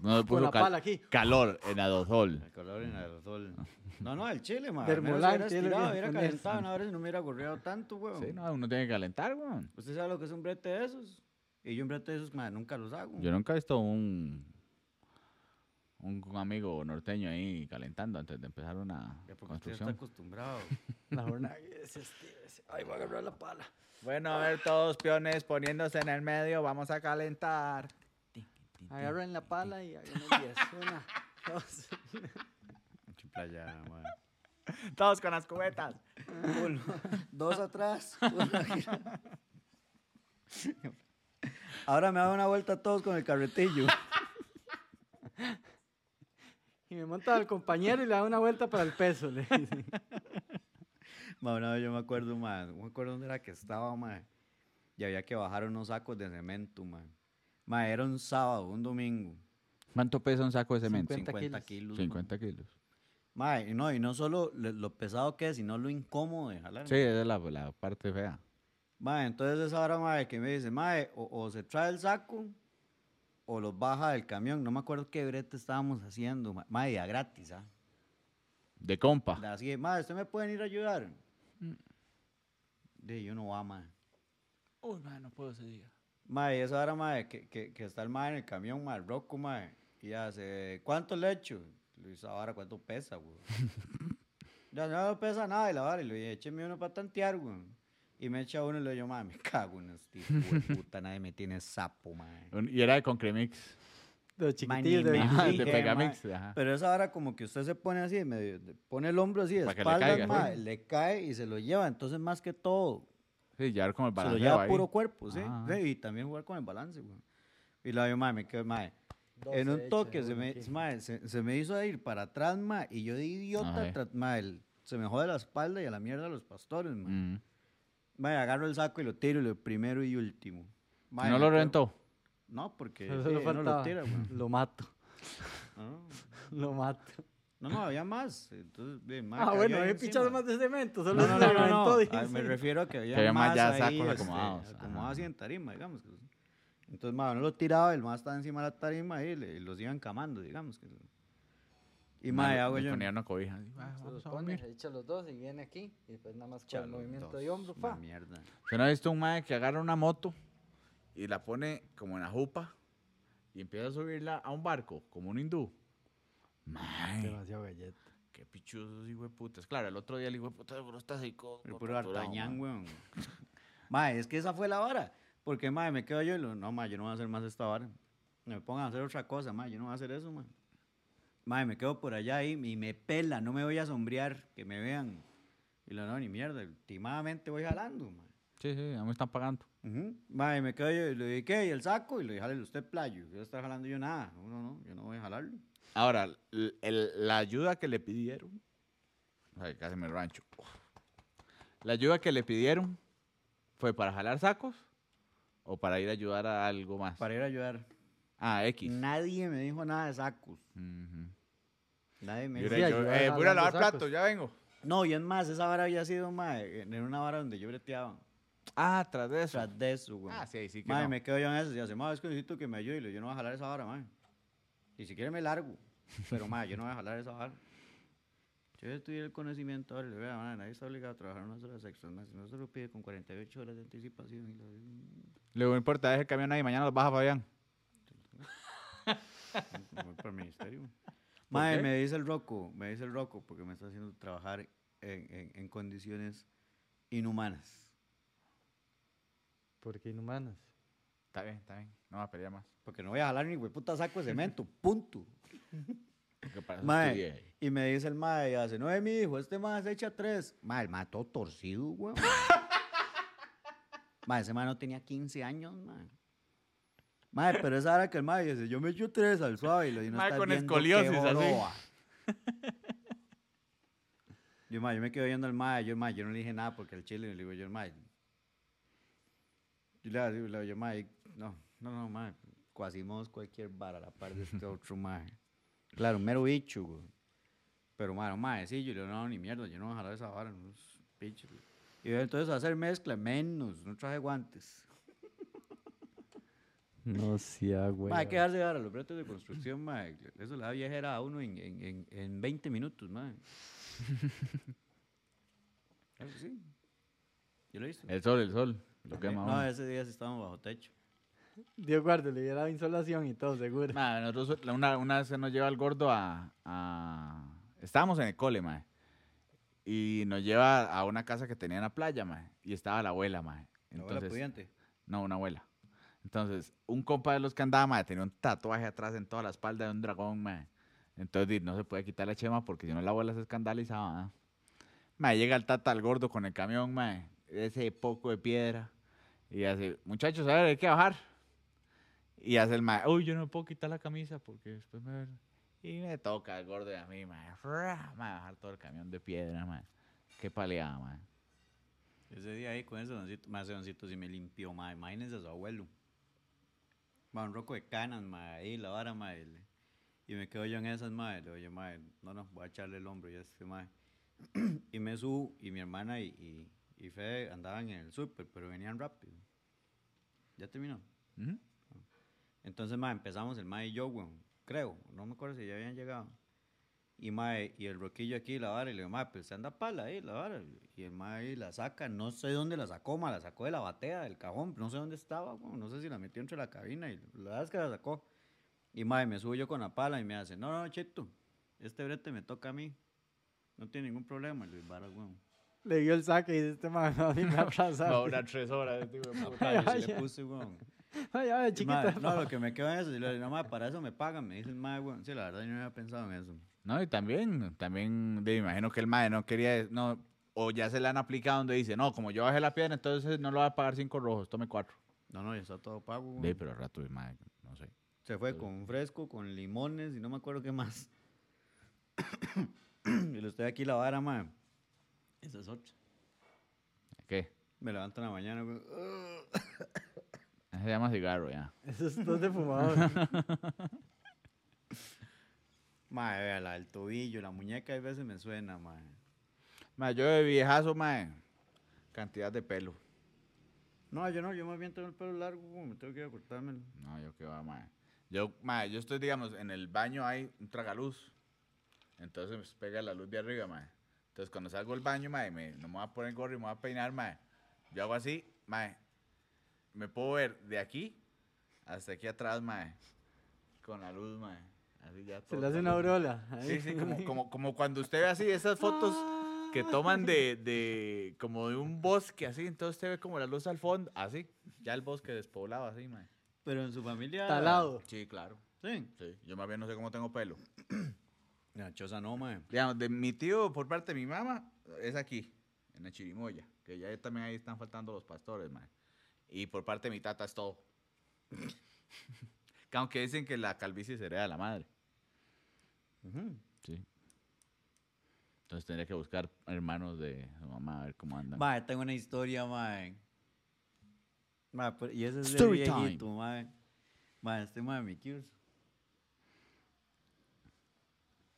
Speaker 2: No le puso
Speaker 1: la
Speaker 2: cal-
Speaker 1: pala aquí.
Speaker 2: calor en adosol.
Speaker 3: El calor en el sol. No, no, el chile, ma. Al menos
Speaker 1: Bermolán,
Speaker 3: hubiera
Speaker 1: ¿qué le
Speaker 3: estirado,
Speaker 1: ibas a
Speaker 3: hubiera
Speaker 1: poner?
Speaker 3: calentado, no, ahora sí no me hubiera gorreado tanto, weón.
Speaker 2: Sí, no, uno tiene que calentar, weón.
Speaker 3: ¿Usted sabe lo que es un brete de esos? Y yo un brete de esos, ma, nunca los hago.
Speaker 2: Yo nunca he visto un, un, un amigo norteño ahí calentando antes de empezar una
Speaker 3: Ya porque usted está
Speaker 2: construcción.
Speaker 3: acostumbrado.
Speaker 1: La jornada se Ay, voy a agarrar la pala.
Speaker 2: Bueno, a ver todos peones poniéndose en el medio, vamos a calentar.
Speaker 1: Agarran la pala y hagan un diez. Una, dos.
Speaker 3: Qué playa, ma.
Speaker 2: Todos con las cubetas.
Speaker 3: Uno, dos atrás. una gira. Ahora me hago una vuelta todos con el carretillo.
Speaker 1: Y me monta al compañero y le da una vuelta para el peso. Le dice.
Speaker 3: Ma, una vez yo me acuerdo, ma, no me acuerdo dónde era que estaba, ma, y había que bajar unos sacos de cemento, ma. Ma, era un sábado, un domingo,
Speaker 2: ¿Cuánto pesa un saco de cemento?
Speaker 1: 50
Speaker 3: 50
Speaker 1: kilos.
Speaker 3: kilos. ma.
Speaker 2: 50 kilos.
Speaker 3: Ma, y no, y no solo lo, lo pesado que es, sino lo incómodo de jalar.
Speaker 2: Sí, esa es la, la parte fea.
Speaker 3: Ma, entonces esa hora, ma, que me dice, ma, o, o se trae el saco o los baja del camión. No me acuerdo qué brete estábamos haciendo, ma, ma y a gratis, ¿ah?
Speaker 2: De compa.
Speaker 3: Así que, ma, ¿ustedes me pueden ir a ayudar? De yo no va, ma.
Speaker 2: Uy, man, no puedo ese día.
Speaker 3: Mae, esa hora, mae, que, que, que está el mae en el camión, mae, roco, mae. Y hace, ¿cuánto le echo? Luis, ahora, ¿cuánto pesa, güey? ya no pesa nada, y la vara, y le dije, écheme uno para tantear, güey. Y me echa uno y le digo, mae, me cago en este hijo de puta, nadie me tiene sapo, mae.
Speaker 2: Y era de Concremix.
Speaker 1: Los chiquitillos
Speaker 3: ni
Speaker 1: de
Speaker 3: me
Speaker 2: Ajá,
Speaker 1: Vicky.
Speaker 2: de
Speaker 3: dije,
Speaker 2: Pegamix.
Speaker 3: mae.
Speaker 2: Ajá.
Speaker 3: Pero esa hora como que usted se pone así, medio, de- pone el hombro así, de
Speaker 2: Pa' que le
Speaker 3: espaldas,
Speaker 2: caiga,
Speaker 3: mae,
Speaker 2: sí.
Speaker 3: le cae y se lo lleva. Entonces, más que todo,
Speaker 2: Sí, llevar como el
Speaker 3: se lo
Speaker 2: balanceo
Speaker 3: lleva
Speaker 2: ahí. Ah.
Speaker 3: puro cuerpo, sí.
Speaker 2: Ajá.
Speaker 3: Sí, Y también jugar con el balance, güey. Y la veo, mae, me quedo, mae.
Speaker 1: Doce
Speaker 3: En un
Speaker 1: hechas,
Speaker 3: toque se
Speaker 1: bueno,
Speaker 3: me,
Speaker 1: aquí.
Speaker 3: mae, se, se me hizo ir para atrás, ma, y yo de idiota,
Speaker 2: Ajá.
Speaker 3: tras- mae, el- se me jode la espalda y a la mierda los pastores, ma.
Speaker 2: Mm.
Speaker 3: Mae, agarro el saco y lo tiro, y lo primero y último. Mae,
Speaker 2: ¿No
Speaker 3: me
Speaker 2: lo
Speaker 3: quedo-
Speaker 2: reventó?
Speaker 3: No, porque
Speaker 1: Solo
Speaker 3: sí,
Speaker 1: le
Speaker 3: uno lo
Speaker 1: faltaba.
Speaker 3: tira, ma.
Speaker 1: Lo mato.
Speaker 3: Ah,
Speaker 1: Lo mato.
Speaker 3: No, no, había más. Entonces, bien, mae,
Speaker 1: Ah,
Speaker 3: cayó
Speaker 1: bueno,
Speaker 3: ahí
Speaker 1: he pichado
Speaker 3: encima.
Speaker 1: más de cemento.
Speaker 3: No,
Speaker 1: Solo
Speaker 3: no,
Speaker 1: se
Speaker 3: no, no,
Speaker 1: reventó,
Speaker 3: no.
Speaker 1: dice.
Speaker 3: Ay, me refiero a que había,
Speaker 2: Que había más
Speaker 3: más
Speaker 2: ya
Speaker 3: ahí,
Speaker 2: sacos
Speaker 3: este,
Speaker 2: acomodados.
Speaker 3: acomodados
Speaker 2: Ajá.
Speaker 3: y en tarima, digamos. que- Entonces, ma, uno lo tiraba, el más estaba encima de la tarima y, le- y los iban camando, digamos. que- Y, ma,
Speaker 2: Mae,
Speaker 3: hago
Speaker 2: me
Speaker 3: yo.
Speaker 2: ponía una cobija. así, "Ah,
Speaker 1: Se
Speaker 2: vamos
Speaker 1: los
Speaker 2: a
Speaker 1: pone,
Speaker 2: dormir".
Speaker 1: se echa los dos y viene aquí. Y después nada más con el
Speaker 3: Chalos
Speaker 1: movimiento de
Speaker 3: dos,
Speaker 1: hombro,
Speaker 3: una
Speaker 1: fa.
Speaker 3: mierda.
Speaker 2: Yo no he visto un mae que agarra una moto y la pone como en la jupa y empieza a subirla a un barco, como un hindú. Mae,
Speaker 1: Demasiado galleta.
Speaker 2: qué pichudos, hijo de putas. Claro, el otro día el hijo de puta bro está así co-
Speaker 3: El
Speaker 2: co-
Speaker 3: puro
Speaker 2: torturado,
Speaker 3: D'Artagnan,
Speaker 2: mae.
Speaker 3: weón. ma, es que esa fue la vara. Porque, ma, me quedo yo y lo, no, ma, yo no voy a hacer más esta vara. Me pongan a hacer otra cosa, ma, yo no voy a hacer eso, ma. Ma, me quedo por allá ahí y me pela, no me voy a sombrear, que me vean. Y lo, no, ni mierda, timadamente voy jalando, ma.
Speaker 2: Sí, sí, ya me están pagando.
Speaker 3: Ujú. Mae, me quedo yo y le dije, ¿qué? Y el saco, y le dije, jálele usted playo. Yo estaba jalando yo nada. No, no, no, yo no voy a jalarlo.
Speaker 2: Ahora, l- el- la ayuda que le pidieron. Ay, casi me rancho. La ayuda que le pidieron fue para jalar sacos o para ir a ayudar a algo más.
Speaker 3: Para ir a ayudar.
Speaker 2: Ah, X.
Speaker 3: Nadie me dijo nada de sacos.
Speaker 2: Ujú.
Speaker 3: Nadie Mm. me
Speaker 2: Yo
Speaker 3: dijo.
Speaker 2: era-
Speaker 1: Sí,
Speaker 2: yo,
Speaker 1: ayudar
Speaker 2: eh, voy a ir a
Speaker 1: jalando
Speaker 2: lavar
Speaker 1: sacos.
Speaker 2: platos, ya vengo.
Speaker 3: No, y es más, esa vara había sido, mae, en en una vara donde yo breteaba.
Speaker 2: Ah, tras de eso.
Speaker 3: Tras de eso, güey.
Speaker 2: Ah, sí, ahí sí que
Speaker 3: Mae,
Speaker 2: no.
Speaker 3: me quedo yo en eso. Y hace, mae, es que necesito que me ayude. Y le digo, yo no voy a jalar esa vara, mae. Y si quiere me largo. Pero, mae, yo no voy a jalar esa vara. Yo ya tuviera el conocimiento ahora y le digo, vea, mae, nadie está obligado a trabajar unas horas extras, mae. Si no se lo pide con 48 horas de anticipación. Y lo-
Speaker 2: Luego no importa, deje el camión ahí, mañana los baja Fabián.
Speaker 3: Voy para el ministerio. Mae,
Speaker 2: qué?
Speaker 3: me dice el Rocco, me dice el Rocco, porque me está haciendo trabajar en, en- en condiciones inhumanas.
Speaker 1: Porque inhumanas.
Speaker 2: Está bien, está bien. No va a pelear más.
Speaker 3: Porque no voy a jalar ni güey, puta saco de cemento, punto.
Speaker 2: Porque para eso estudié
Speaker 3: Mae,
Speaker 2: ahí.
Speaker 3: y me dice el mae, hace, no es mi hijo, este mae se echa tres. Mae, el mae todo torcido, güey. mae, ese mae no tenía 15 años, mae. Mae, pero esa hora que el mae dice, yo me echo tres al suave y lo y no
Speaker 2: Mae,
Speaker 3: estás
Speaker 2: con
Speaker 3: viendo qué
Speaker 2: escoliosis, así.
Speaker 3: joroba. Yo, mae, yo me quedo viendo al mae, yo, mae, yo no le dije nada porque el chile, le digo yo, mae. Yo le digo, le digo yo, mae, no, no, no, mae, cuasimos cualquier vara a la par de este otro mae. Claro, un mero bicho, güey. Pero, mae, no, mae, sí, yo le digo, no, ni mierda, yo no voy a jalar esa vara, no es bicho. güey. Y yo, entonces, hacer mezcla, menos, no traje guantes.
Speaker 1: No
Speaker 2: ah,
Speaker 1: sea, güey.
Speaker 3: Mae, hay que darse ahora los retos de construcción, mae. Eso la viajera a uno en, en, en, en 20 minutos, mae. Claro que sí. Yo lo he visto. Eh,
Speaker 2: El sol, el sol. Lo quema
Speaker 3: no,
Speaker 2: uno.
Speaker 3: ese día sí estábamos bajo techo.
Speaker 1: Dios guarde, le diera insolación y todo, seguro.
Speaker 2: Mae, nosotros la- una, una vez se nos lleva el gordo a, a- Estábamos en el cole, mae. Y nos lleva a una casa que tenía en la playa, mae. Y estaba la abuela, mae.
Speaker 3: Entonces,
Speaker 2: Entonces,
Speaker 3: pudiente.
Speaker 2: No, una abuela. Entonces, un compa de los que andaba, mae, tenía un tatuaje atrás en toda la espalda de un dragón, mae. Entonces, di, no se puede quitar la chema porque si no la abuela se escandalizaba. ¿ah? Mae, llega el tata al gordo con el camión, mae. Ese poco de piedra. Y hace, muchachos, a ver, hay que bajar. Y hace el mae, uy, yo no me puedo quitar la camisa porque después me ven". Y me toca el gordo y a mí, mae. Fra, mae, bajar todo el camión de piedra, mae. Qué paleada, mae.
Speaker 3: Ese día ahí con ese doncito, mae, ese doncito sí me limpió, mae. Imagínense a su abuelo. Mae, un roco de canas, mae, ahí la vara, mae. le- Y me quedo yo en esas, mae. Le digo yo, mae, no, no, voy a echarle el hombro y este, mae. y me subo, y mi hermana y, y, y Fede andaban en el súper, pero venían rápido. Ya terminó.
Speaker 2: Ujú.
Speaker 3: Entonces, mae, empezamos el mae y yo, weón, creo. No me acuerdo si ya habían llegado. Y mae, y el roquillo aquí, la vara, y le digo, mae, pues se anda pala ahí, la vara. Y el mae ahí la saca, no sé dónde la sacó, mae, la sacó de la batea, del cajón, no sé dónde estaba, weón, no sé si la metió entre la cabina, y la verdad es que la sacó. Y mae, me subo yo con la pala y me hace, no, no, chito, este brete me toca a mí. No tiene ningún problema, Luis Varas, weón.
Speaker 1: Le dio el saque y dice, este man, a mí me va a
Speaker 2: Va a
Speaker 1: atrasar.
Speaker 2: durar tres horas, este digo,
Speaker 3: Yo sí le
Speaker 1: Vaya.
Speaker 3: puse, weón.
Speaker 1: Ay, ay,
Speaker 3: Y, mae,
Speaker 1: chiquita.
Speaker 3: no, lo que me quedó en eso, y le digo, no, mae, para eso me pagan, me dice el mae, weón. Sí, la verdad, yo no había pensado en eso.
Speaker 2: No, y también, también, de, me imagino que el mae no quería, no, o ya se le han aplicado donde dice, no, como yo bajé la piedra, entonces no lo va a pagar cinco rojos, tome cuatro.
Speaker 3: No, no, ya está todo pago.
Speaker 2: De,
Speaker 3: güey.
Speaker 2: pero al rato, el mae, no sé.
Speaker 3: Se fue con fresco, con limones y no me acuerdo qué más. y lo estoy aquí la vara, madre. Esa es otra.
Speaker 2: ¿Qué?
Speaker 3: Me levanto en la mañana, güey. "Ugh".
Speaker 2: Ese Se llama cigarro, ya.
Speaker 1: Esos dos de fumador.
Speaker 3: Mae, vea, la del tobillo, la muñeca, a veces me suena, mae.
Speaker 2: Mae, yo de viejazo, mae, cantidad de pelo.
Speaker 3: No, yo no, yo más bien tengo el pelo largo, güey, me tengo que ir a cortármelo.
Speaker 2: No, yo qué va, mae. Yo, mae, yo estoy, digamos, en el baño hay un tragaluz. Entonces me pega la luz de arriba, mae. Entonces cuando salgo del baño, mae, me, no me voy a poner gorro y me voy a peinar, mae. Yo hago así, mae. Me puedo ver de aquí hasta aquí atrás, mae. Con la luz, mae. Así ya
Speaker 1: Se
Speaker 2: todo
Speaker 1: le hace una ¿eh?
Speaker 2: está bien.
Speaker 1: aureola. ahí.
Speaker 2: Sí, sí, como, como, como cuando usted ve así esas fotos que toman de, de como de un bosque así, entonces usted ve como la luz al fondo, así, ya el bosque despoblado así, mae.
Speaker 3: Pero en su familia.
Speaker 1: Talado.
Speaker 2: Sí, claro.
Speaker 3: Sí.
Speaker 2: Sí, yo más bien no sé cómo tengo pelo.
Speaker 3: La choza no, mae.
Speaker 2: Digamos, de mi tío por parte de mi mamá es aquí, en la chirimoya, que ya también ahí están faltando los pastores, mae. Y por parte de mi tata es todo. que aunque dicen que la calvicie se hereda de la madre.
Speaker 3: Ujú.
Speaker 2: Sí. Entonces tendría que buscar hermanos de su mamá a ver cómo andan.
Speaker 3: Mae, tengo una historia, mae. Mae, pero- y ese es de
Speaker 2: Story time.
Speaker 3: viejito, mae. Mae, este mae, mi Cures.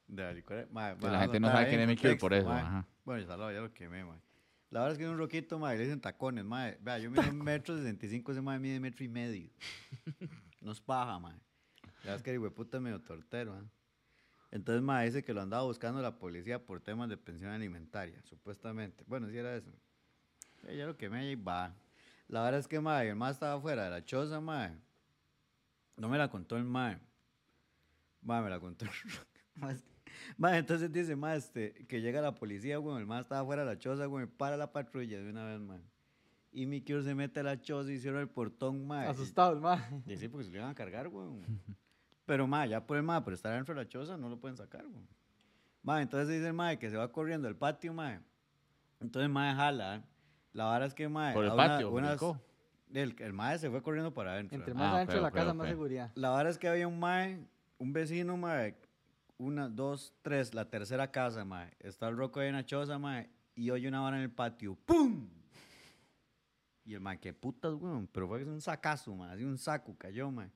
Speaker 3: De la licuadora- mae,
Speaker 2: Que la
Speaker 3: mae,
Speaker 2: gente no
Speaker 3: está
Speaker 2: sabe
Speaker 3: en
Speaker 2: quién es mi Cure por
Speaker 3: contexto,
Speaker 2: eso,
Speaker 3: mae.
Speaker 2: ajá.
Speaker 3: Bueno, ya lo, ya lo quemé, mae. La verdad es que es un roquito, mae, le dicen tacones, mae. Vea, yo mido un metro sesenta y cinco, ese mae mide metro y medio. no es paja, mae. La verdad es que el hueputa es medio tortero, ¿eh? Entonces, mae, dice que lo andaba buscando la policía por temas de pensión alimentaria, supuestamente. Bueno, si era eso. Ya, ya lo quemé y va. La verdad es que, mae, el mae estaba afuera de la choza, mae. No me la contó el mae. Mae, me la contó el mae. es que- mae, entonces dice, mae, este, que llega la policía, güey. El mae estaba afuera de la choza, güey. Para la patrulla de una vez, mae. Y mi Cure se mete a la choza y cierra el portón, mae. y-
Speaker 1: Ah, Asustado el mae.
Speaker 3: y sí, porque se lo iban a cargar, güey. Pero, ma, ya por el ma, por estar dentro de la choza, no lo pueden sacar, güey. Ma, entonces dice el ma que se va corriendo al patio, ma. Entonces, ma, jala. ¿eh? La vara es que, ma.
Speaker 2: Por el
Speaker 3: a
Speaker 2: patio, brincó.
Speaker 3: el, el ma se fue corriendo para adentro.
Speaker 1: Entre
Speaker 3: ¿eh?
Speaker 1: más
Speaker 2: Ah,
Speaker 1: adentro de
Speaker 2: ok,
Speaker 1: la
Speaker 2: ok,
Speaker 1: casa, más
Speaker 2: ok.
Speaker 1: seguridad.
Speaker 3: La verdad es que había un mae, un vecino, mae, una, dos, tres, la tercera casa, mae. Está el roco ahí en la choza, mae, y oye una vara en el patio. ¡Pum! Y el mae, qué putas, weón. Pero fue que es un sacazo, mae, así un saco cayó, mae.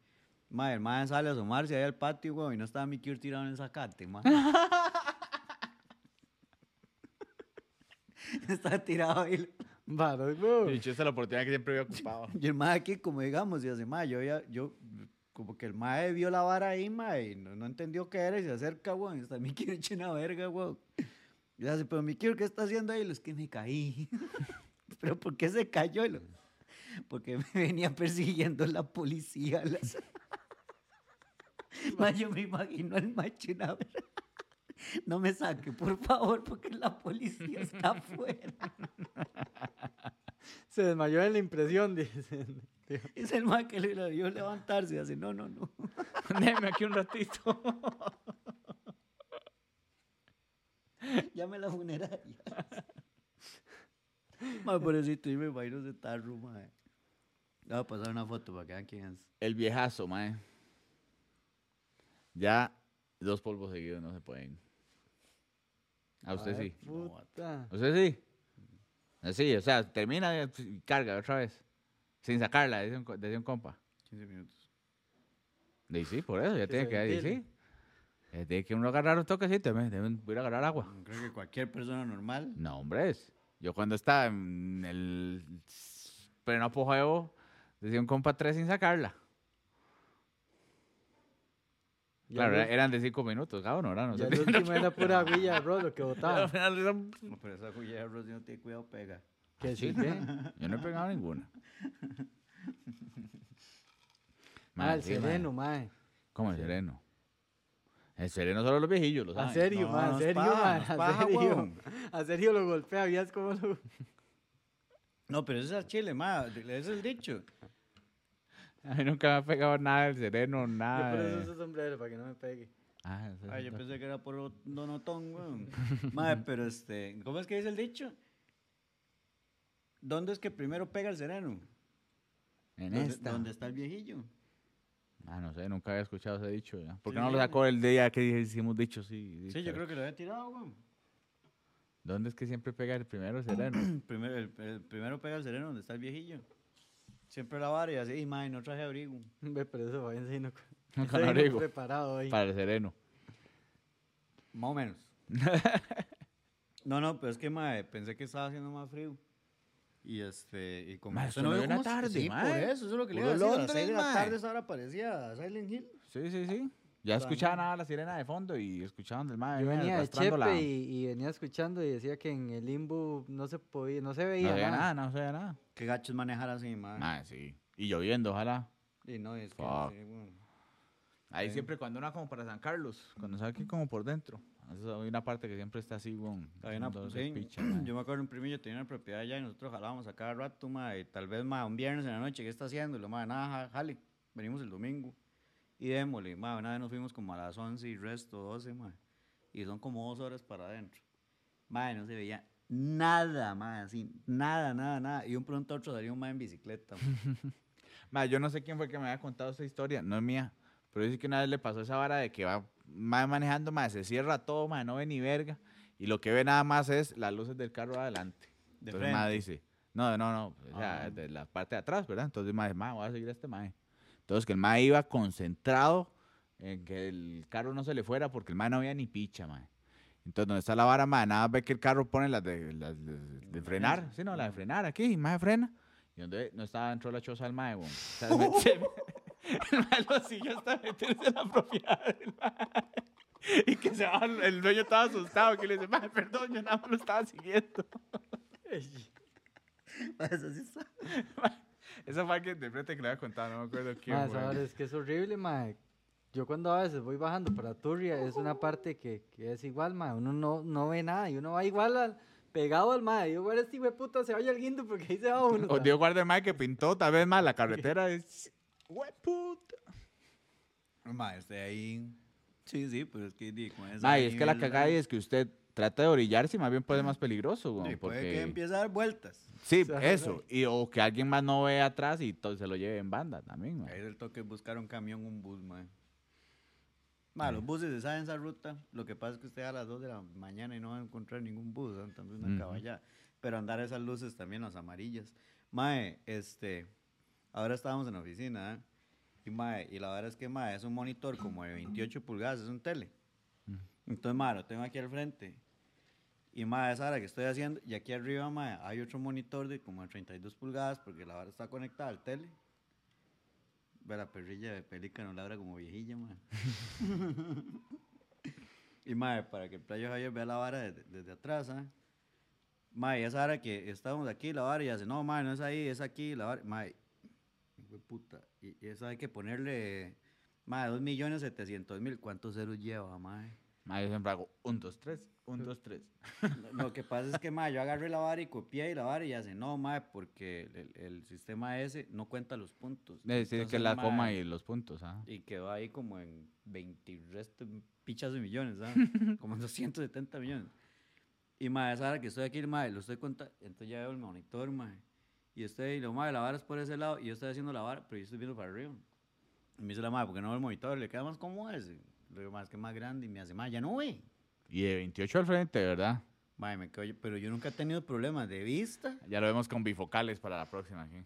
Speaker 3: Mae, el mae sale a asomarse ahí al patio, weón, y no estaba mi Cure tirado en el zacate, mae. estaba tirado ahí.
Speaker 1: Varo, güey.
Speaker 2: Y esa es la oportunidad que siempre había ocupado.
Speaker 3: Y el mae aquí, como digamos, y hace mae, yo ya, yo, como que el mae vio la vara ahí, mae, y no, no entendió qué era y se acerca, weón, y hasta me quiere echar una verga, weón. Y hace, pero mi quiero, ¿qué está haciendo ahí? Y los que me caí. pero ¿por qué se cayó? Y lo- Porque me venía persiguiendo la policía. Las... Mae, yo me imagino al macho una verga. No me saque, por favor, porque la policía está afuera.
Speaker 1: Se desmayó en la impresión, dicen.
Speaker 3: Es el mae que le lo vio levantarse y hace, no, no, no.
Speaker 2: Déjeme aquí un ratito.
Speaker 3: Llame a la funeraria. Más pobrecito, yo me imagino ese tarro, mae. Le voy a pasar una foto para que vean quién es.
Speaker 2: El viejazo, mae. Ya dos polvos seguidos no se pueden. A usted
Speaker 1: Ay,
Speaker 2: sí.
Speaker 1: Puta.
Speaker 2: ¿Usted sí? Sí, o sea, termina pues, y carga otra vez. Sin sacarla, decía un, co- decía un compa.
Speaker 3: 15 minutos.
Speaker 2: Y sí, por eso, ya
Speaker 1: Que
Speaker 2: tiene
Speaker 1: se
Speaker 2: que y
Speaker 1: ventile.
Speaker 2: sí. Eh, Tiene que uno agarrar un toquecito, me, debe un- voy a ir a agarrar agua.
Speaker 3: Creo que cualquier persona normal.
Speaker 2: No, hombre, es. Yo cuando estaba en el pleno apogeo, decía un compa tres sin sacarla.
Speaker 1: Ya
Speaker 2: Claro,
Speaker 1: el
Speaker 2: era-
Speaker 1: ul-
Speaker 2: eran de cinco minutos, cada uno, ¿no?
Speaker 1: ya
Speaker 2: sé.
Speaker 1: el último era pura huilla de arroz lo que
Speaker 2: Al
Speaker 1: botaba.
Speaker 2: final eran-
Speaker 3: No, pero esa joya de arroz, si no tiene cuidado, pega.
Speaker 1: Que sí,
Speaker 2: Sí,
Speaker 1: que.
Speaker 2: Yo no he pegado ninguna.
Speaker 1: Mal,
Speaker 2: sí,
Speaker 1: Ah, sereno, mae.
Speaker 2: ¿Cómo el sereno? El sereno solo los viejillos, lo
Speaker 1: A
Speaker 2: saben.
Speaker 1: serio,
Speaker 3: No,
Speaker 1: mae.
Speaker 3: no
Speaker 1: A
Speaker 3: es
Speaker 1: serio,
Speaker 3: paja,
Speaker 1: mae.
Speaker 3: no es
Speaker 1: A
Speaker 3: paja,
Speaker 1: serio.
Speaker 3: huevón.
Speaker 1: A serio lo golpea, vías cómo lo.
Speaker 3: No, pero eso es al chile, mae. Ese es el dicho.
Speaker 2: A mí nunca me ha pegado nada el sereno,
Speaker 1: Yo
Speaker 2: nada.
Speaker 1: por eso
Speaker 2: de-
Speaker 1: uso sombrero, para que no me pegue.
Speaker 2: Ah, eso es
Speaker 3: Ay, yo
Speaker 2: cierto.
Speaker 3: pensé que era por donotón, weón. Mae, pero este, ¿cómo es que dice el dicho? ¿Dónde es que primero pega el sereno?
Speaker 2: En
Speaker 3: ¿Dónde-
Speaker 2: esta.
Speaker 3: ¿Dónde está el viejillo?
Speaker 2: Ah, no sé, nunca había escuchado ese dicho. ¿ya? ¿Por qué
Speaker 3: Sí,
Speaker 2: no lo
Speaker 3: sí.
Speaker 2: sacó el día que hicimos dicho? Sí,
Speaker 3: Sí, yo creo que lo había tirado, weón.
Speaker 2: ¿Dónde es que siempre pega el primero sereno?
Speaker 3: El primero, el, el primero pega el sereno donde está el viejillo. Siempre la vara y así, y mae, no traje abrigo.
Speaker 1: Ve, pero eso va no.
Speaker 2: Con
Speaker 1: ese vino
Speaker 2: abrigo.
Speaker 1: preparado ahí.
Speaker 2: para el sereno.
Speaker 3: Más o menos. no, no, pero es que mae, pensé que estaba haciendo más frío. Y este, y como
Speaker 2: Ma,
Speaker 3: usted
Speaker 2: usted lo
Speaker 3: vio
Speaker 2: vio una
Speaker 3: cómo se-
Speaker 2: tarde,
Speaker 3: sí,
Speaker 2: ma,
Speaker 3: por
Speaker 2: eh.
Speaker 3: eso, eso es lo que le iba a
Speaker 2: Puro
Speaker 3: decir. A las
Speaker 2: Londres,
Speaker 3: seis de la
Speaker 2: ma.
Speaker 3: tarde esa hora parecía Silent Hill.
Speaker 2: Sí, sí, sí. Ya escuchaban nada la sirena de fondo y escuchaban del mar.
Speaker 1: Yo venía de
Speaker 2: arrastrando
Speaker 1: Chepe
Speaker 2: la-
Speaker 1: y, y venía escuchando y decía que en el limbo no se podía, no se
Speaker 2: No
Speaker 1: veía
Speaker 2: se veía
Speaker 1: nada.
Speaker 2: nada, no se veía nada.
Speaker 3: Qué gachos manejar así, man.
Speaker 2: Ah, sí. Y lloviendo, ojalá.
Speaker 3: Y no, es que
Speaker 2: Fuck.
Speaker 3: sí, bueno.
Speaker 2: Ahí siempre cuando uno va como para San Carlos, cuando sale aquí como por dentro. Eso, hay una parte que siempre está así, weón.
Speaker 3: Había una-
Speaker 2: haciendo ese
Speaker 3: sí,
Speaker 2: picha, mae.
Speaker 3: yo me acuerdo un primillo tenía una propiedad allá y nosotros jalábamos a cada rato, ma, y tal vez ma, un viernes en la noche, ¿qué está haciendo? Y lo ma, nada, ja- jale, venimos el domingo y démosle, ma, una vez nos fuimos como a las 11 y resto, 12, ma, y son como dos horas para adentro. Ma, no se veía nada, ma, así, nada, nada, nada. Y un pronto a otro salió un ma en bicicleta, ma.
Speaker 2: Mae, yo no sé quién fue que me había contado esa historia, no es mía. Pero dice que una vez le pasó esa vara de que va mae, manejando, mae, se cierra todo, mae, no ve ni verga. Y lo que ve nada más es las luces del carro adelante.
Speaker 3: De
Speaker 2: Entonces, mae,
Speaker 3: frente.
Speaker 2: dice, no, no, no, o sea,
Speaker 3: Ah.
Speaker 2: de la parte de atrás, ¿verdad? Entonces, mae, mae, voy a seguir a este mae. Entonces, que el mae iba concentrado en que el carro no se le fuera porque el mae no había ni picha, mae. Entonces, donde está la vara, mae, nada más ve que el carro pone las de, las de- de
Speaker 3: de
Speaker 2: frenar,
Speaker 3: emergencia.
Speaker 2: sí, no, la de frenar aquí, y mae frena. Y donde no estaba dentro de la choza del mae, weón. O sea, el mae se- el mae lo siguió hasta meterse en la propiedad del mae. Y que se va, el dueño estaba asustado, que le dice, mae, perdón, yo nada más lo estaba siguiendo.
Speaker 3: Eso sí está.
Speaker 2: Esa fue que de frente que le había contado, no me acuerdo quién.
Speaker 1: Mae,
Speaker 2: fue.
Speaker 1: esa vara es que es horrible, mae. Yo cuando a veces voy bajando para Turria, es una parte que, que es igual, mae. Uno no, no ve nada y uno va igual al, pegado al mae. Yo, güey, este puta se vaya al guindo porque ahí se va uno.
Speaker 2: O
Speaker 1: ta.
Speaker 2: Dios guarde el mae que pintó tal vez más la carretera. Es... puta!
Speaker 3: Ma, este ahí. Sí, sí, pero es que di, con esa
Speaker 2: Mae, es que la
Speaker 3: nivel,
Speaker 2: cagada ahí
Speaker 3: eh,
Speaker 2: es que usted trata de orillarse y más bien puede ser más peligroso, weón,
Speaker 3: y Puede que
Speaker 2: porque...
Speaker 3: empiece a dar vueltas.
Speaker 2: Sí,
Speaker 1: O sea,
Speaker 2: eso. Y, o que alguien más no ve atrás y to- se lo lleve en banda también, mae.
Speaker 3: Ahí del toque buscar un camión, un bus, mae. Ma, los buses se saben esa ruta. Lo que pasa es que usted a las 2 de la mañana y no va a encontrar ningún bus, ¿eh? entonces una
Speaker 2: Ujú.
Speaker 3: caballada. Pero andar esas luces también, las amarillas. Mae, este, ahora estábamos en la oficina, ¿eh? Y mae, y la verdad es que mae, es un monitor como de 28 pulgadas, es un tele. Entonces, mae, lo tengo aquí al frente. Y mae, esa hora que estoy haciendo, y aquí arriba, mae, hay otro monitor de como de 32 pulgadas, porque la vara está conectada al tele. Ve la perrilla de pelícano, labra como viejilla, mae. y mae, para que el playo Javier vea la vara desde, desde atrás, ¿ah? Mae, y esa hora que estábamos aquí, la vara, y hace, no, mae, no es ahí, es aquí, la vara, mae. hijo de puta. Y, y eso hay que ponerle, mae, 2.700.000, ¿cuántos ceros lleva, mae?
Speaker 2: Mae, yo siempre hago un, dos, tres, un, dos, tres.
Speaker 3: Lo que pasa es que, ma, yo agarré la vara y copié y la vara y ya se no, ma, porque el, el sistema ese no cuenta los puntos.
Speaker 2: Es decir, que
Speaker 3: Entonces,
Speaker 2: la
Speaker 3: ma,
Speaker 2: coma y los puntos, ¿ah?
Speaker 3: Y quedó ahí como en 20 y resto, pichas de millones, ¿sabes? como en 270 millones. Y, ma, esa hora que estoy aquí, ma, lo estoy contando, entonces ya veo el monitor, ma, y estoy, y lo, ma, la vara es por ese lado, y yo estoy haciendo la vara, pero yo estoy viendo para arriba. Y me dice la madre, ¿por qué no ve el monitor? Le queda más como ese. Le digo, ma, es que es más grande, y me hace, ma, ya no ve.
Speaker 2: Y de 28 al frente, ¿verdad?
Speaker 3: Mae, me quedo yo- pero yo nunca he tenido problemas de vista.
Speaker 2: Ya lo vemos con bifocales para la próxima. aquí.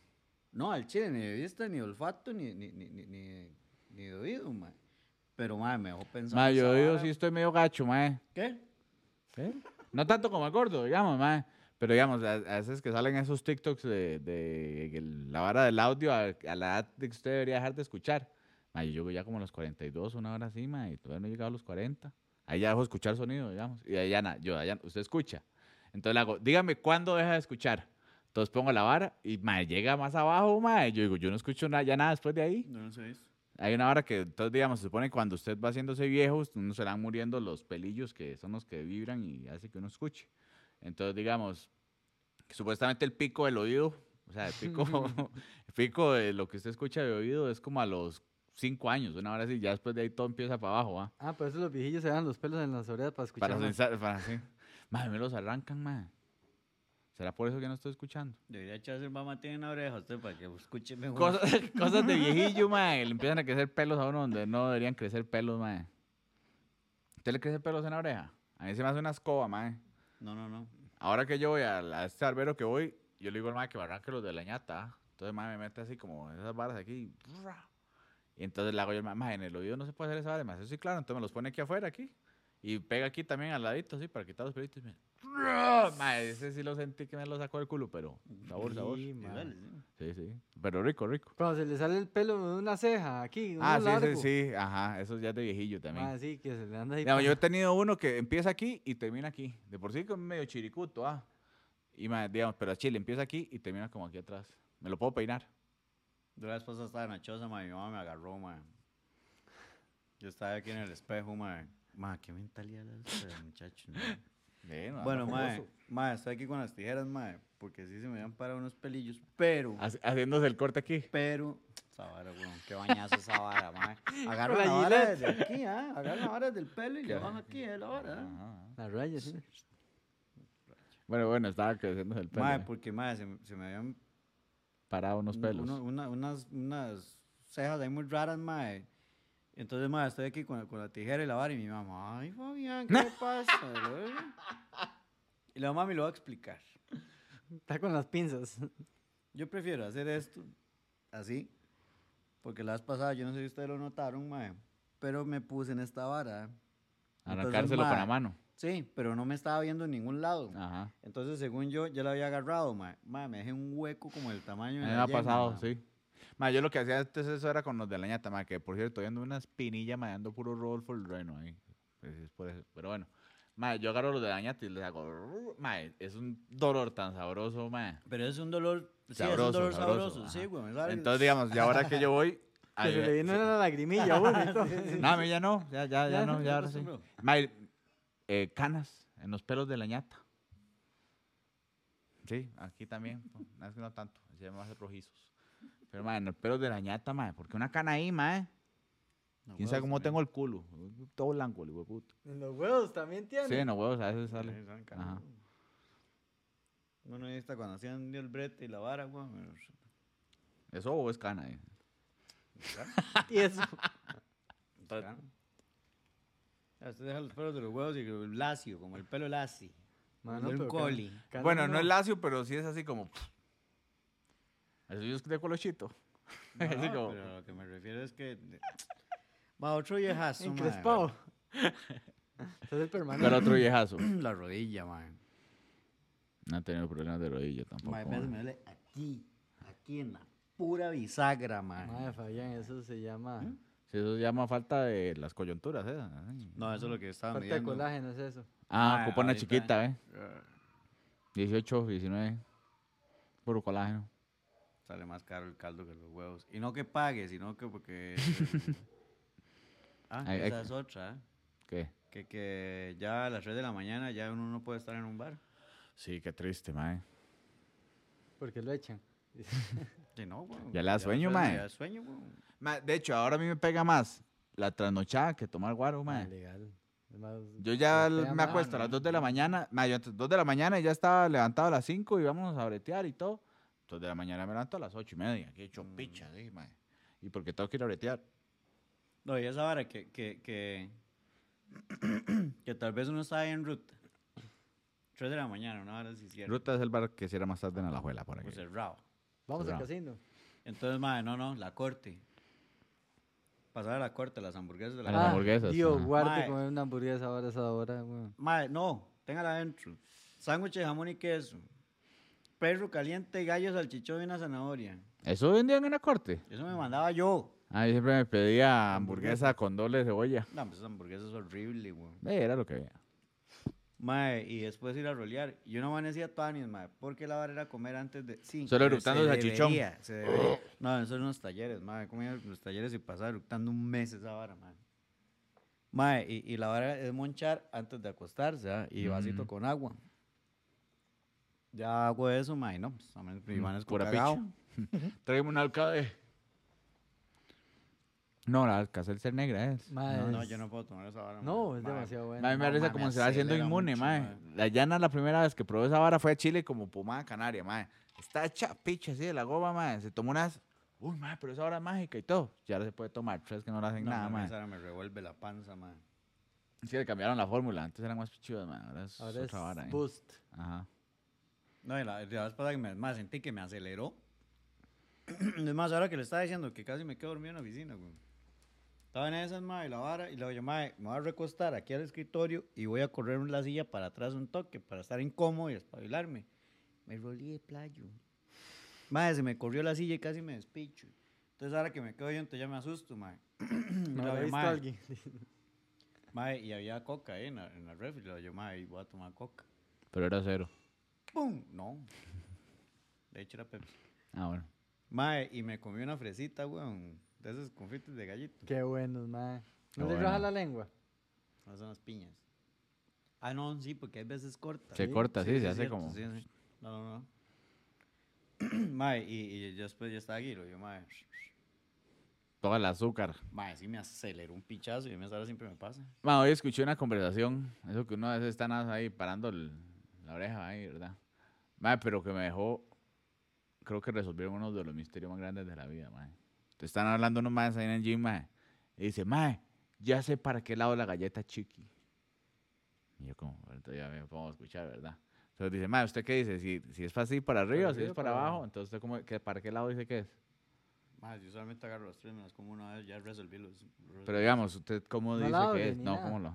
Speaker 3: No, al chile, ni de vista, ni de olfato, ni, ni, ni, ni, ni de- ni de oído, mae. Pero, mae, me dejó pensando.
Speaker 2: Mae, yo
Speaker 3: esa
Speaker 2: digo,
Speaker 3: vara.
Speaker 2: sí estoy medio gacho, mae.
Speaker 3: ¿Qué?
Speaker 2: No tanto como el gordo, digamos, mae. Pero digamos, a, a veces que salen esos TikToks de, de que el- la vara del audio a, a la edad de que usted debería dejar de escuchar. Mae, yo llego ya como a los 42, una hora así, mae, y todavía no he llegado a los 40. Ahí ya dejo de escuchar sonido, digamos. Y allá nada, yo, allá, usted escucha. Entonces le hago, dígame, ¿cuándo deja de escuchar? Entonces pongo la vara y, mae, llega más abajo, mae. Yo digo, yo no escucho nada, ya nada después de ahí.
Speaker 3: No, no sé eso.
Speaker 2: Hay una hora que, entonces, digamos, se supone que cuando usted va haciéndose viejo, uno se le van muriendo los pelillos que son los que vibran y hace que uno escuche. Entonces, digamos, que supuestamente el pico del oído, o sea, el pico, el pico de lo que usted escucha de oído es como a los cinco años, una hora así, ya después de ahí todo empieza para abajo, ¿va?
Speaker 1: Ah, por eso los viejillos se dan los pelos en las orejas para escuchar.
Speaker 2: Para
Speaker 1: más.
Speaker 2: sensar, para así. Madre, me los arrancan, madre. ¿Será por eso que no estoy escuchando?
Speaker 3: Debería echarse mamá tiene una oreja usted para que escuche mejor.
Speaker 2: Cosas, cosas de viejillo, mae. Le empiezan a crecer pelos a uno donde no deberían crecer pelos, mae. ¿Usted le crece pelos en la oreja? A mí se me hace una escoba, mae.
Speaker 3: No, no, no.
Speaker 2: Ahora que yo voy a, la- a este barbero que voy, yo le digo al mae que me arranque los de la ñata. ¿ah? Entonces, mae, me mete así como esas balas aquí. ¡ra! Y entonces le hago yo, el mae, mae, en el oído no se puede hacer esa vara. Y Me hace, sí, claro. Entonces me los pone aquí afuera, aquí. Y pega aquí también al ladito, así, para quitar los pelitos. y me- ¡ra! Mae, ese ese sí lo sentí que me lo sacó el culo, pero sabor, sabor.
Speaker 1: Sí, ma.
Speaker 3: Igual, sí.
Speaker 2: Sí, sí. Pero rico, rico.
Speaker 1: Cuando se le sale el pelo de una ceja aquí, uno
Speaker 2: Ah, sí,
Speaker 1: largo.
Speaker 2: sí, sí. Ajá, eso ya es de viejillo también.
Speaker 3: Ah,
Speaker 1: Ma, sí, que se le anda ahí.
Speaker 2: Digamos, yo he
Speaker 1: pasa-
Speaker 3: pues.
Speaker 2: tenido uno que empieza aquí y termina aquí. De por sí que es medio chiricuto, ah. Y ma- digamos, pero a Chile empieza aquí y termina como aquí atrás. Me lo puedo peinar.
Speaker 3: Yo la vez pasada estaba en la choza, ma, y mi mamá me agarró, ma. Yo estaba aquí en el espejo, ma. Ma, qué mentalidad la del muchacho, ¿no?
Speaker 2: Bueno,
Speaker 3: Bueno,
Speaker 2: ma,
Speaker 3: ma, ma, estoy aquí con las tijeras, ma, porque sí se me habían parado unos pelillos, pero,
Speaker 2: haci- haciéndose el corte aquí.
Speaker 3: pero... Esa vara, weón, qué bañazo esa vara, ma. Agarra
Speaker 1: Con la
Speaker 3: la vara
Speaker 1: Gillette.
Speaker 3: desde aquí, ¿ah? Agarra la vara del pelo y le
Speaker 2: Claro.
Speaker 3: baja aquí, es la vara, ¿ah?
Speaker 2: Ajá.
Speaker 1: Las rayas, sí.
Speaker 2: Bueno, bueno, estaba creciéndose el pelo.
Speaker 3: Ma,
Speaker 2: eh.
Speaker 3: porque, ma, se, me- se me habían
Speaker 2: Parado unos
Speaker 3: un-
Speaker 2: pelos.
Speaker 3: uno- una- unas, unas cejas ahí muy raras, mae. Entonces, mae, estoy aquí con, la- con la tijera y la vara y mi mamá, ay, Fabián, ¿qué le pasa? güey?" y la mamá me lo va a explicar.
Speaker 1: Está con las pinzas.
Speaker 3: Yo prefiero hacer esto así, porque la vez pasada, yo no sé si ustedes lo notaron, mae, pero me puse en esta vara. Entonces,
Speaker 2: Arrancárselo con
Speaker 3: mae,
Speaker 2: la mano.
Speaker 3: Sí, pero no me estaba viendo en ningún lado.
Speaker 2: Ajá.
Speaker 3: Entonces, según yo, ya la había agarrado, mae. Mae, me dejé un hueco como el tamaño
Speaker 2: A mí
Speaker 3: de la
Speaker 2: Me ha
Speaker 3: yema,
Speaker 2: pasado,
Speaker 3: mae.
Speaker 2: sí. Ma, yo lo que hacía antes eso era con los de la ñata, ma, que por cierto, yo ando una espinilla, ma, ando puro Rodolfo el Reno ahí. Pues, es por eso. Pero bueno, ma, yo agarro los de la ñata y les hago, "Rrr", ma, es un dolor tan sabroso, ma.
Speaker 3: Pero es un dolor, sí, es
Speaker 2: Sabroso,
Speaker 3: un dolor sabroso,
Speaker 2: sabroso,
Speaker 3: sí,
Speaker 2: ajá.
Speaker 3: güey. me sale-
Speaker 2: Entonces, digamos, y ahora que Ah, yo voy...
Speaker 1: Que
Speaker 2: ahí
Speaker 1: se
Speaker 2: ve-
Speaker 1: le viene una lagrimilla a uno y todo.
Speaker 2: No, a mí ya no, ya, ya, ya,
Speaker 1: Ya,
Speaker 2: no,
Speaker 1: ya
Speaker 2: ya ahora sí.
Speaker 3: acostumbró.
Speaker 2: Ma, y- eh, canas en los pelos de la ñata. Sí, aquí también, pues, no, es que no tanto, se llaman más rojizos. Pero, ma, en los pelos de la ñata, ma, porque una cana ahí, ma,
Speaker 3: No,
Speaker 2: Quién
Speaker 3: huevos
Speaker 2: sabe cómo
Speaker 3: también.
Speaker 2: tengo el culo. Todo blanco, el hueputo.
Speaker 1: En los huevos también tiene.
Speaker 2: Sí, en los huevos a veces
Speaker 3: Sí,
Speaker 2: sale.
Speaker 3: son caras,
Speaker 2: Ajá.
Speaker 3: güey. Uno ahí está cuando hacían el brete y la vara, güey. pero-
Speaker 2: ¿Eso o es cana? eh?
Speaker 1: Y eso.
Speaker 3: Ya. Ya, Usted deja los pelos de los huevos y el lacio, como el pelo lacio.
Speaker 1: Mano,
Speaker 3: un
Speaker 1: pero cada-
Speaker 3: coli.
Speaker 1: cada
Speaker 2: Bueno,
Speaker 1: uno-
Speaker 2: no es lacio, pero sí es así como... Eso yo es de colochito.
Speaker 3: No,
Speaker 2: Así como-
Speaker 3: Pero lo que me refiero es que. Va otro viejazo, mae.
Speaker 1: Encrespado. Ese es el permanente.
Speaker 2: Pero otro viejazo.
Speaker 3: La rodilla, mae.
Speaker 2: No ha tenido problemas de rodilla tampoco.
Speaker 3: Mae, me
Speaker 2: ma.
Speaker 3: duele aquí, aquí en la pura bisagra, mae.
Speaker 1: Madre, Fabián, eso se llama
Speaker 2: Sí, eso se llama falta de las coyunturas. ¿eh? Ay.
Speaker 3: No, eso es lo que estaba
Speaker 1: falta de
Speaker 3: midiendo.
Speaker 1: colágeno, es eso.
Speaker 2: Ah,
Speaker 3: Mae,
Speaker 2: ocupa una
Speaker 3: ahorita-
Speaker 2: chiquita, ¿eh?
Speaker 3: Ah,
Speaker 2: 18, 19. Puro colágeno.
Speaker 3: Sale más caro el caldo que los huevos. Y no que pague, sino que porque... el- ah,
Speaker 2: Ay,
Speaker 3: esa
Speaker 2: ay.
Speaker 3: es otra, ¿eh?
Speaker 2: ¿Qué?
Speaker 3: Que, que ya a las 3 de la mañana ya uno no puede estar en un bar.
Speaker 2: Sí, qué triste, mae.
Speaker 1: Porque lo echan.
Speaker 3: Sí, no, huevón.
Speaker 2: Ya le da
Speaker 3: a las
Speaker 2: sueño,
Speaker 3: tres de la-
Speaker 2: mae.
Speaker 3: Ya da sueño, huevón.
Speaker 2: Ma, De hecho, ahora a mí me pega más la trasnochada que tomar guaro,
Speaker 1: Ah,
Speaker 2: mae.
Speaker 1: Legal. Es más,
Speaker 2: Yo ya
Speaker 1: golpea
Speaker 2: l- me
Speaker 1: más.
Speaker 2: acuesto a las
Speaker 3: no.
Speaker 2: 2 de la mañana. ma, yo antes 2 de la mañana y ya estaba levantado a las 5 y vamos a bretear y todo. 2 de la mañana me levanto a las 8 y media. Que hecho picha, sí, mae. Y porque tengo que ir a bretear.
Speaker 3: No, y esa vara que, que, que, que tal vez uno está ahí en ruta. 3 de la mañana, una hora si cierra.
Speaker 2: Ruta es el bar que cierra más tarde en Alajuela. Por aquí.
Speaker 3: O cerrado.
Speaker 1: Vamos al
Speaker 2: Cerrado.
Speaker 1: casino.
Speaker 3: Entonces, madre, no, no, la corte. Pasar a la corte, las hamburguesas de la
Speaker 2: A las
Speaker 1: Ah,
Speaker 2: hamburguesas,
Speaker 1: Dios,
Speaker 2: ajá.
Speaker 1: guarde
Speaker 3: Mae.
Speaker 1: comer una hamburguesa ahora a esa hora, weón.
Speaker 3: Mae, no, téngala adentro. Sándwich de jamón y queso. Perro caliente, gallo, salchichón y una zanahoria.
Speaker 2: ¿Eso vendían en la corte?
Speaker 3: Eso me mandaba yo.
Speaker 2: Ah, yo siempre me pedía hamburguesa con doble cebolla.
Speaker 3: No, pues esa hamburguesa es horrible, weón.
Speaker 2: Eh, era lo que había.
Speaker 3: Mae, y después ir a rolear. Yo no amanecía tuanis, mae, porque la vara era comer antes de... Sí,
Speaker 2: Solo
Speaker 3: pero
Speaker 2: eructando
Speaker 3: se
Speaker 2: salchichón.
Speaker 3: debería, se debería. No, eso eran los talleres, mae. Como iba a los talleres y pasaba eructando un mes esa vara, mae. Mae, y, y la vara es monchar antes de acostarse, ¿ah? Y vasito con agua. Ya hago eso, mae, no. Pues, a menos que Iván es
Speaker 2: Mm, pura
Speaker 3: cagao.
Speaker 2: picha. Tráigame una alca de... No, la alca ser negra es.
Speaker 1: Mae,
Speaker 3: No, no,
Speaker 1: es-
Speaker 3: yo no puedo tomar esa vara,
Speaker 1: No,
Speaker 3: mae.
Speaker 1: es
Speaker 3: Mae,
Speaker 1: demasiado bueno.
Speaker 2: a mí me
Speaker 3: no,
Speaker 2: da risa
Speaker 3: ma, me
Speaker 2: como se va haciendo
Speaker 3: acelera
Speaker 2: inmune,
Speaker 3: mucho,
Speaker 2: mae.
Speaker 3: mae.
Speaker 2: La llana, la primera vez que probé esa vara fue a Chile como pomada canaria, mae. Está hecha picha así de la goba, mae. Se tomó unas. Uy, mae, pero esa vara es mágica y todo. Ya ahora se puede tomar tres que no le hacen
Speaker 3: No,
Speaker 2: nada,
Speaker 3: mae,
Speaker 2: mae.
Speaker 3: esa vara me revuelve la panza, mae.
Speaker 2: Sí, le cambiaron la fórmula. Antes eran más pichudas, mae. Ahora es
Speaker 1: Ahora es
Speaker 2: otra vara, eh.
Speaker 1: boost.
Speaker 2: Ajá.
Speaker 3: No, y la, la vez pasada que me, más sentí que me aceleró. Es más, ahora que le estaba diciendo que casi me quedo dormido en la oficina, güey. Estaba Estaba en esas, mae, y la vara, y luego yo, mae, me voy a recostar aquí al escritorio y voy a correr la silla para atrás un toque para estar incómodo y espabilarme. Me rolé de playo. Mae, se me corrió la silla y casi me despicho. Entonces, ahora que me quedo yo, entonces ya me asusto, mae. Y
Speaker 1: Me
Speaker 3: la
Speaker 1: habrá
Speaker 3: veo,
Speaker 1: visto
Speaker 3: mae,
Speaker 1: alguien.
Speaker 3: mae, y había coca ahí en la, en la refri, le digo yo, mae, voy a tomar coca.
Speaker 2: Pero era cero.
Speaker 3: ¡Pum! No. De hecho, era Pepsi.
Speaker 2: Ah, bueno.
Speaker 3: Mae, y me comí una fresita, weón. De esos confites de gallito.
Speaker 1: Qué buenos, mae. ¿No
Speaker 2: Qué
Speaker 1: le raja la
Speaker 2: bueno.
Speaker 1: lengua?
Speaker 3: No son las piñas. Ah, no, sí, porque hay veces corta.
Speaker 2: Se
Speaker 3: Sí,
Speaker 2: corta, sí, se
Speaker 3: es
Speaker 2: hace
Speaker 3: cierto,
Speaker 2: como-
Speaker 3: sí, sí. No, no, no. mae, y, y yo después ya estaba aquí, lo yo, mae.
Speaker 2: Todo el azúcar.
Speaker 3: Mae, sí me aceleró un pichazo y a mí esa hora siempre me pasa.
Speaker 2: Ma, hoy escuché una conversación, eso que uno a veces está nada más ahí parando el- la oreja ahí, ¿verdad? Ma, pero que me dejó, creo que resolvieron uno de los misterios más grandes de la vida, ma. Te están hablando unos más ahí en el gym, ma. Y dice, ma, ya sé para qué lado la galleta chiqui. Y yo como, bueno, entonces ya me pongo a escuchar, ¿verdad? Entonces dice, ma, ¿usted qué dice? Si, si es para así, para arriba, si
Speaker 1: arriba,
Speaker 2: es para
Speaker 1: para
Speaker 2: abajo,
Speaker 1: abajo.
Speaker 2: entonces ¿usted cómo, que, ¿para qué lado dice que es?
Speaker 3: Mae, yo solamente agarro los tres, me las como una vez, ya resolví los.
Speaker 2: Pero digamos, ¿usted cómo
Speaker 1: No la
Speaker 2: dice
Speaker 1: abre
Speaker 2: que es?
Speaker 1: ni
Speaker 2: No,
Speaker 1: nada.
Speaker 2: ¿cómo lo...?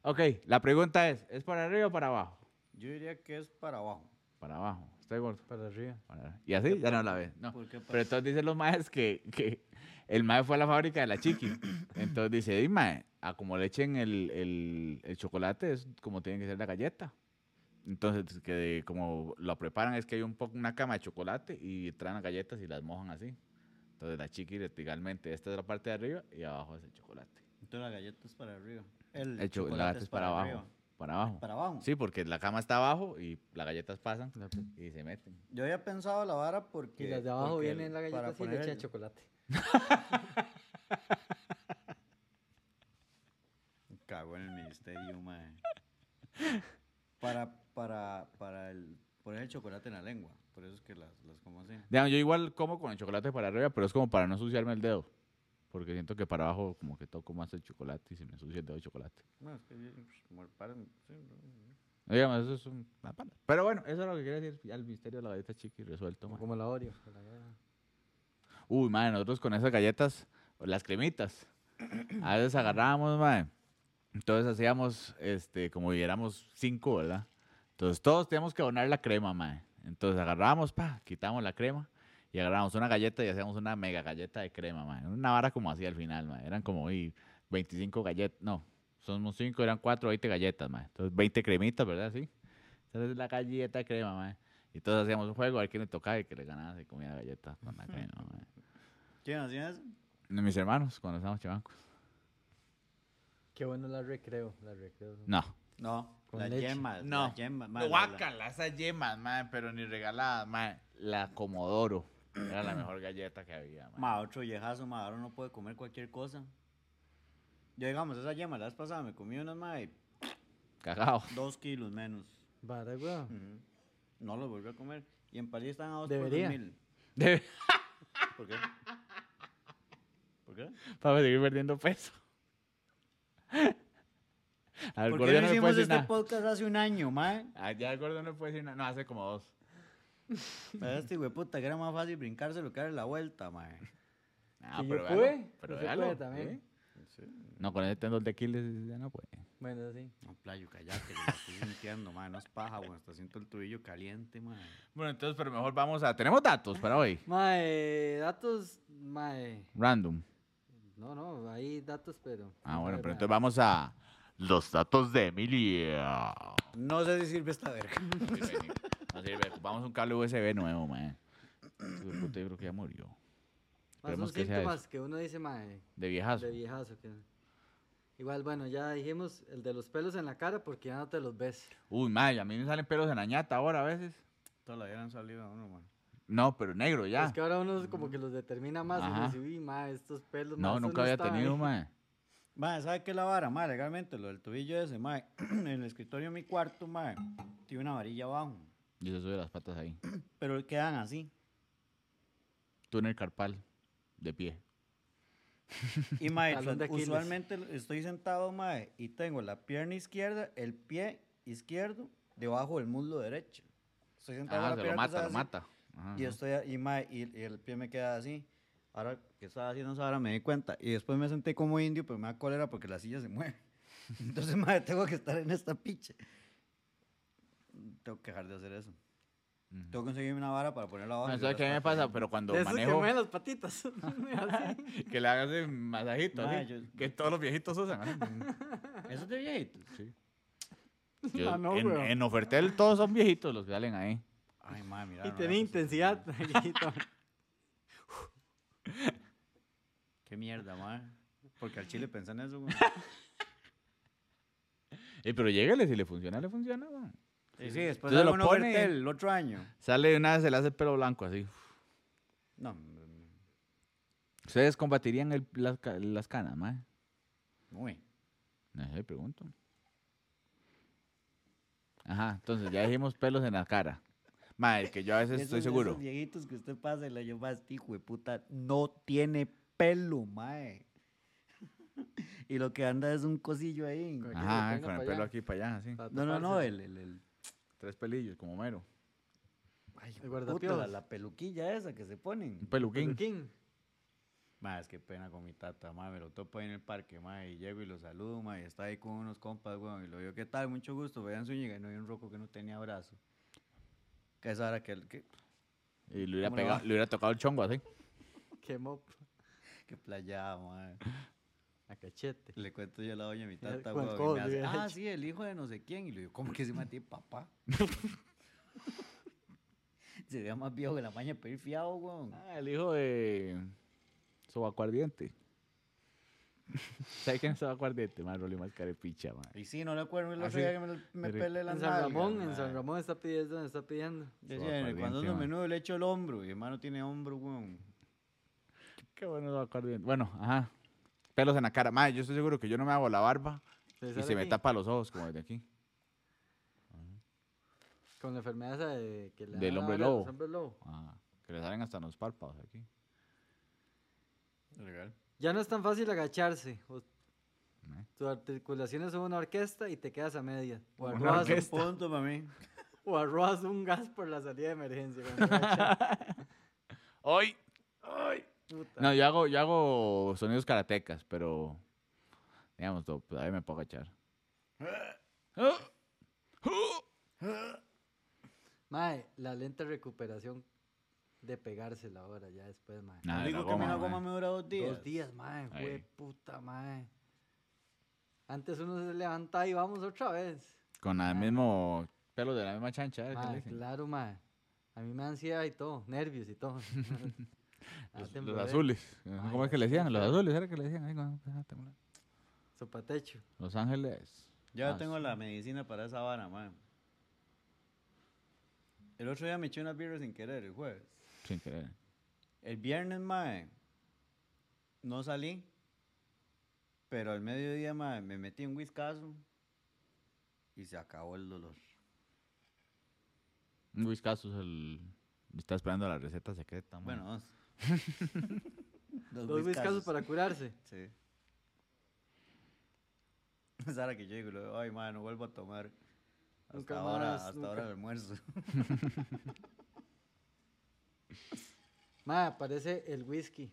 Speaker 2: Ok, la pregunta es, ¿es para arriba o para abajo?
Speaker 3: Yo diría que es para abajo.
Speaker 2: Para abajo. Estoy gordo.
Speaker 1: Para arriba.
Speaker 2: Para arriba. Y así ya no la ves. No.
Speaker 3: ¿Por qué pasa?
Speaker 2: Pero entonces dicen los maes que, que el mae fue a la fábrica de la chiqui. Entonces dice, di mae, a como le echen el, el- el chocolate es como tiene que ser la galleta. Entonces, pues, que de- como lo preparan es que hay un poco una cama de chocolate y traen las galletas y las mojan así. Entonces la chiqui verticalmente, esta es la parte de arriba y abajo es el chocolate.
Speaker 3: Entonces la galleta es para arriba. El,
Speaker 2: El chocolate es para abajo. Para abajo.
Speaker 3: ¿Para abajo?
Speaker 2: Sí, porque la cama está abajo y las galletas pasan
Speaker 1: La pe-
Speaker 2: y se meten.
Speaker 3: Yo había pensado la vara porque.
Speaker 1: Y las de abajo
Speaker 3: porque el-
Speaker 1: vienen la galleta
Speaker 3: para
Speaker 1: así y le
Speaker 3: poner
Speaker 1: echan
Speaker 3: el-
Speaker 1: chocolate.
Speaker 3: Cago en el ministerio, mae. Para, para, para el, poner el chocolate en la lengua. Por eso es que las, las como así.
Speaker 2: Digamos, yo igual como con el chocolate para arriba, pero es como para no ensuciarme el dedo. Porque siento que para abajo como que toco más el chocolate y se me ensucia el dedo de chocolate.
Speaker 3: No, es que yo- pues, como el par- sí, no.
Speaker 2: No, Digamos, eso es un- una pala. Pero bueno, eso es lo que quería decir. Ya el misterio de la galleta chiqui resuelto. ma.
Speaker 1: Como la Oreo. que la agarra.
Speaker 2: Uy, madre, nosotros con esas galletas, o las cremitas, a veces agarrábamos, madre. Entonces hacíamos, este, como si éramos cinco, ¿verdad? Entonces todos teníamos que abonar la crema, madre. Entonces agarrábamos, pa, quitamos la crema y agarrábamos una galleta y hacíamos una mega galleta de crema, madre. Una vara como así al final, madre. Eran como, uy, 25 galletas, no, somos cinco, eran cuatro, 20 galletas, madre. Entonces 20 cremitas, ¿verdad? Sí. Entonces la galleta de crema, madre. Y todos hacíamos un juego, a ver quién le tocaba y que le ganaba y comía la galleta con la crema, madre.
Speaker 3: ¿Quién hacía eso?
Speaker 2: De mis hermanos, cuando estábamos chavancos.
Speaker 1: Qué bueno la recreo. La recreo.
Speaker 2: No.
Speaker 3: No,
Speaker 1: Con
Speaker 3: las
Speaker 1: leche.
Speaker 3: yemas. Las yemas, mae, la- la-
Speaker 2: Guácala, esas yemas, madre, pero ni regaladas, madre. La Comodoro. Era la mejor galleta que había, madre.
Speaker 3: mae, otro viejazo, mae, ahora no puede comer cualquier cosa. Yo, digamos, esa yema la vez pasada me comí unas, mae,
Speaker 2: Cagao.
Speaker 3: dos kilos menos.
Speaker 1: Vara, weón.
Speaker 3: Ujú. No los volví a comer. Y en París están a dos
Speaker 1: Debería.
Speaker 3: por dos mil.
Speaker 2: De-
Speaker 3: ¿Por qué? ¿Por qué?
Speaker 2: Para seguir perdiendo peso. Al
Speaker 3: ¿Por
Speaker 2: gordo
Speaker 3: qué no
Speaker 2: no le
Speaker 3: hicimos
Speaker 2: puede decir
Speaker 3: este
Speaker 2: nada.
Speaker 3: podcast hace un año, mae?
Speaker 2: Ah, Ya al gordo no le puede decir nada. No, hace como dos.
Speaker 3: Para este hueputa que era más fácil brincarse lo que darle la vuelta, mae.
Speaker 2: Ah,
Speaker 1: Si yo
Speaker 2: pero
Speaker 1: pude,
Speaker 2: véalo,
Speaker 1: no
Speaker 2: Pero
Speaker 1: se
Speaker 2: véalo,
Speaker 1: puede también.
Speaker 2: ¿sí? No, con ese tendón de Aquiles ya no puede.
Speaker 1: Bueno, sí.
Speaker 3: No, playo, callate, que lo estoy sintiendo, mae. No es paja, weón. Está siento el tubillo caliente, mae.
Speaker 2: Bueno, entonces, pero mejor vamos a... Tenemos datos para hoy.
Speaker 1: Mae, datos. Mae.
Speaker 2: Random.
Speaker 1: No, no, hay datos, pero.
Speaker 2: Ah, bueno,
Speaker 1: mae,
Speaker 2: pero
Speaker 1: mae.
Speaker 2: entonces vamos a... Los datos de Emilia.
Speaker 3: No sé si sirve esta verga.
Speaker 2: No sirve, ni- no sirve. Ocupamos un cable USB nuevo, man. Ese puto yo creo que ya murió.
Speaker 1: Mae,
Speaker 2: Esperemos
Speaker 1: Son
Speaker 2: que sea
Speaker 1: síntomas que uno dice, mae.
Speaker 2: De viejazo.
Speaker 1: De viejazo. que- Igual, bueno, ya dijimos el de los pelos en la cara porque ya no te los ves.
Speaker 2: Uy, madre, a mí me salen pelos en la ñata ahora a veces.
Speaker 3: Todavía no han salido a uno, mae.
Speaker 2: No, pero negro ya.
Speaker 1: Es que ahora uno como que los determina más
Speaker 2: Ajá.
Speaker 1: y dice, uy, mae, estos pelos. mae,
Speaker 2: No,
Speaker 1: estos
Speaker 2: nunca había
Speaker 1: estaban
Speaker 2: tenido,
Speaker 1: ahí".
Speaker 2: man.
Speaker 3: Mae, ¿sabe qué es la vara, mae? Legalmente, lo del tubillo ese, mae. En el escritorio de mi cuarto, mae, tiene una varilla abajo.
Speaker 2: Yo se sube las patas ahí.
Speaker 3: Pero quedan así.
Speaker 2: Túnel carpal. De pie.
Speaker 3: Y mae,
Speaker 1: Talón de
Speaker 3: usu-
Speaker 1: Aquiles.
Speaker 3: usualmente estoy sentado, mae, y tengo la pierna izquierda, el pie izquierdo debajo del muslo derecho. Estoy sentado
Speaker 2: Ah, se
Speaker 3: con la
Speaker 2: lo
Speaker 3: pierna
Speaker 2: mata,
Speaker 3: cruzada
Speaker 2: lo
Speaker 3: así,
Speaker 2: mata. Ajá,
Speaker 3: Y
Speaker 2: ajá.
Speaker 3: estoy a- y mae, y, y el pie me queda así. Ahora que estaba haciendo esa hora me di cuenta. Y después me senté como indio, pero me da cólera porque la silla se mueve. Entonces, madre, tengo que estar en esta piche. Tengo que dejar de hacer eso.
Speaker 2: Ujú.
Speaker 3: Tengo que conseguirme una vara para ponerla abajo.
Speaker 2: No,
Speaker 3: y yo
Speaker 2: ¿Sabes
Speaker 3: las
Speaker 2: qué a mí me
Speaker 3: patas.
Speaker 2: pasa? Pero cuando
Speaker 1: De esos que
Speaker 2: manejo,
Speaker 1: mueven las patitas. Así.
Speaker 2: que le hagas el masajito, así,
Speaker 3: Mae, yo-
Speaker 2: que todos los viejitos usan. ¿ah? así.
Speaker 3: Eso es de viejito. Sí.
Speaker 2: Yo-
Speaker 1: Ah, no,
Speaker 2: en,
Speaker 1: weón.
Speaker 2: en Ofertel todos son viejitos los que salen ahí.
Speaker 3: Ay, madre, mira.
Speaker 1: Y
Speaker 3: no,
Speaker 1: tenía
Speaker 3: eso sí.
Speaker 1: intensidad. amiguito.
Speaker 3: Qué mierda, madre. Porque al chile pensé en eso, güey.
Speaker 2: Eh, pero llégale, si le funciona, le funciona. weón.
Speaker 3: Y sí, después
Speaker 2: Entonces
Speaker 3: de
Speaker 2: lo
Speaker 3: un
Speaker 2: pone-
Speaker 3: overtel el otro año.
Speaker 2: Sale de una vez, se le hace el pelo blanco así.
Speaker 3: No, no, no,
Speaker 2: ¿Ustedes combatirían el- las, ca- las canas, mae?
Speaker 3: muy.
Speaker 2: No sé, pregunto. Ajá, entonces ya dijimos pelos en la cara. Mae, que yo a veces estoy
Speaker 3: Esos-
Speaker 2: seguro.
Speaker 3: Esos viejitos que usted pasa y le llama este hijo de puta, no tiene pelo, mae. y lo que anda es un cosillo ahí.
Speaker 1: Correcto. Aquí lo
Speaker 2: Ajá,
Speaker 1: tengo
Speaker 2: con el
Speaker 1: pa'
Speaker 2: pelo
Speaker 1: allá.
Speaker 2: aquí para allá, así.
Speaker 1: Para
Speaker 3: No, no, no,
Speaker 1: taparse.
Speaker 3: el... el, el
Speaker 2: Tres pelillos, como mero.
Speaker 3: ay, hijo de
Speaker 1: guardapiolas.
Speaker 3: la, la peluquilla esa que se ponen.
Speaker 2: Un peluquín.
Speaker 1: Peluquín.
Speaker 3: Mae, es que pena con mi tata, mae, me lo topo ahí en el parque, mae, y llego y lo saludo, mae, y está ahí con unos compas, weón, y lo digo, ¿qué tal? Mucho gusto, vean Zúñiga, y no hay un roco que no tenía brazo. Que es ahora que, el- que,
Speaker 2: Y le hubiera,
Speaker 3: ¿Cómo le
Speaker 2: pegado-
Speaker 3: va?
Speaker 2: le hubiera tocado el chongo así.
Speaker 1: Quemó
Speaker 3: que playada, mae.
Speaker 1: a cachete.
Speaker 3: Le cuento yo a la doña a mi
Speaker 1: Ya,
Speaker 3: tata,
Speaker 1: ¿cuál-
Speaker 3: weón, y
Speaker 1: cuál
Speaker 3: me hace,
Speaker 1: hubiera
Speaker 3: ah,
Speaker 1: hecho?
Speaker 3: sí, el hijo de no sé quién, y le digo, ¿cómo que se llama a ti, papá? Sería más viejo que la maña pedir fiado, weón.
Speaker 2: Ah, el hijo de Sobacuardiente. ¿Sabes quién es Sobacuardiente? Mae, Rolly Mascarepicha, mae.
Speaker 3: Y sí, no le acuerdo, el
Speaker 2: Ah,
Speaker 3: otro
Speaker 2: sí.
Speaker 3: día que me, lo- me
Speaker 2: Pero-
Speaker 3: pelé la
Speaker 1: En San Ramón, en San Ramón está pidiendo, está pidiendo.
Speaker 3: Decía, cuando es
Speaker 2: Aguardiente,
Speaker 3: lo
Speaker 2: mae.
Speaker 3: menudo le echo el hombro, y hermano tiene hombro, weón.
Speaker 2: Qué bueno Sobacuardiente. Bueno, ajá. Pelos en la cara. Mae, yo estoy seguro que yo no me hago la barba y
Speaker 1: sale
Speaker 2: se me
Speaker 1: aquí
Speaker 2: tapa los ojos como desde aquí.
Speaker 1: Con la enfermedad esa de, que le da
Speaker 2: Del
Speaker 1: la
Speaker 2: hombre
Speaker 1: vara a los
Speaker 2: lobo.
Speaker 1: hombres lobo.
Speaker 2: Ah, que le salen hasta los párpados aquí.
Speaker 3: Legal.
Speaker 1: Ya no es tan fácil agacharse. o-
Speaker 2: ¿No?
Speaker 1: Tus articulaciones son una orquesta y te quedas a medias. O
Speaker 3: Bueno,
Speaker 1: arrojas,
Speaker 3: es
Speaker 1: un,
Speaker 3: un punto para mí.
Speaker 1: o arrojas un gas por la salida de emergencia. cuando te agachas.
Speaker 2: ¡Ay! ¡Ay!
Speaker 1: Puta.
Speaker 2: No, yo hago, yo hago sonidos karatecas, pero. Digamos, to- pues, ahí me puedo agachar.
Speaker 1: Mae, la lenta recuperación de pegársela ahora, ya después, mae.
Speaker 2: Nah,
Speaker 3: digo
Speaker 2: Ah, la
Speaker 3: que a mí
Speaker 2: goma,
Speaker 3: la goma
Speaker 2: mae.
Speaker 3: me dura dos días.
Speaker 1: Dos días, mae,
Speaker 2: Ahí.
Speaker 1: güey, puta, mae. Antes uno se levanta y vamos otra vez.
Speaker 2: Con el mismo pelo de la misma chancha. ¿eh? ¿Qué le
Speaker 1: Mae,
Speaker 2: dicen?
Speaker 1: claro, mae. A mí me da ansiedad y todo, nervios y todo. Ah,
Speaker 2: Los, los
Speaker 1: tembloré.
Speaker 2: azules.
Speaker 1: Ay,
Speaker 2: ¿Cómo es que le
Speaker 1: los
Speaker 2: decían? Los
Speaker 1: azules.
Speaker 2: azules, ¿era que le decían? Ay, cuando- ah, temblor.
Speaker 1: Sopatecho.
Speaker 2: Los ángeles.
Speaker 3: Ya
Speaker 2: Ah,
Speaker 3: tengo
Speaker 2: sí.
Speaker 3: la medicina para esa vara, man. El otro día me eché una birra sin querer, el jueves.
Speaker 2: Sin querer.
Speaker 3: El viernes, mae, no salí. Pero al mediodía, mae, me metí un whiskazo y se acabó el dolor.
Speaker 2: Un whiskazo es el. Está esperando la receta secreta. mae.
Speaker 3: Bueno, dos. dos
Speaker 1: Dos
Speaker 3: whiskazos.
Speaker 1: casos para curarse.
Speaker 3: Sí. Sara que yo digo, luego, ay, mae, no vuelvo a tomar. Hasta
Speaker 1: Nunca
Speaker 3: ahora,
Speaker 1: más,
Speaker 3: hasta
Speaker 1: nunca.
Speaker 3: ahora el almuerzo.
Speaker 1: Mae, aparece el whisky.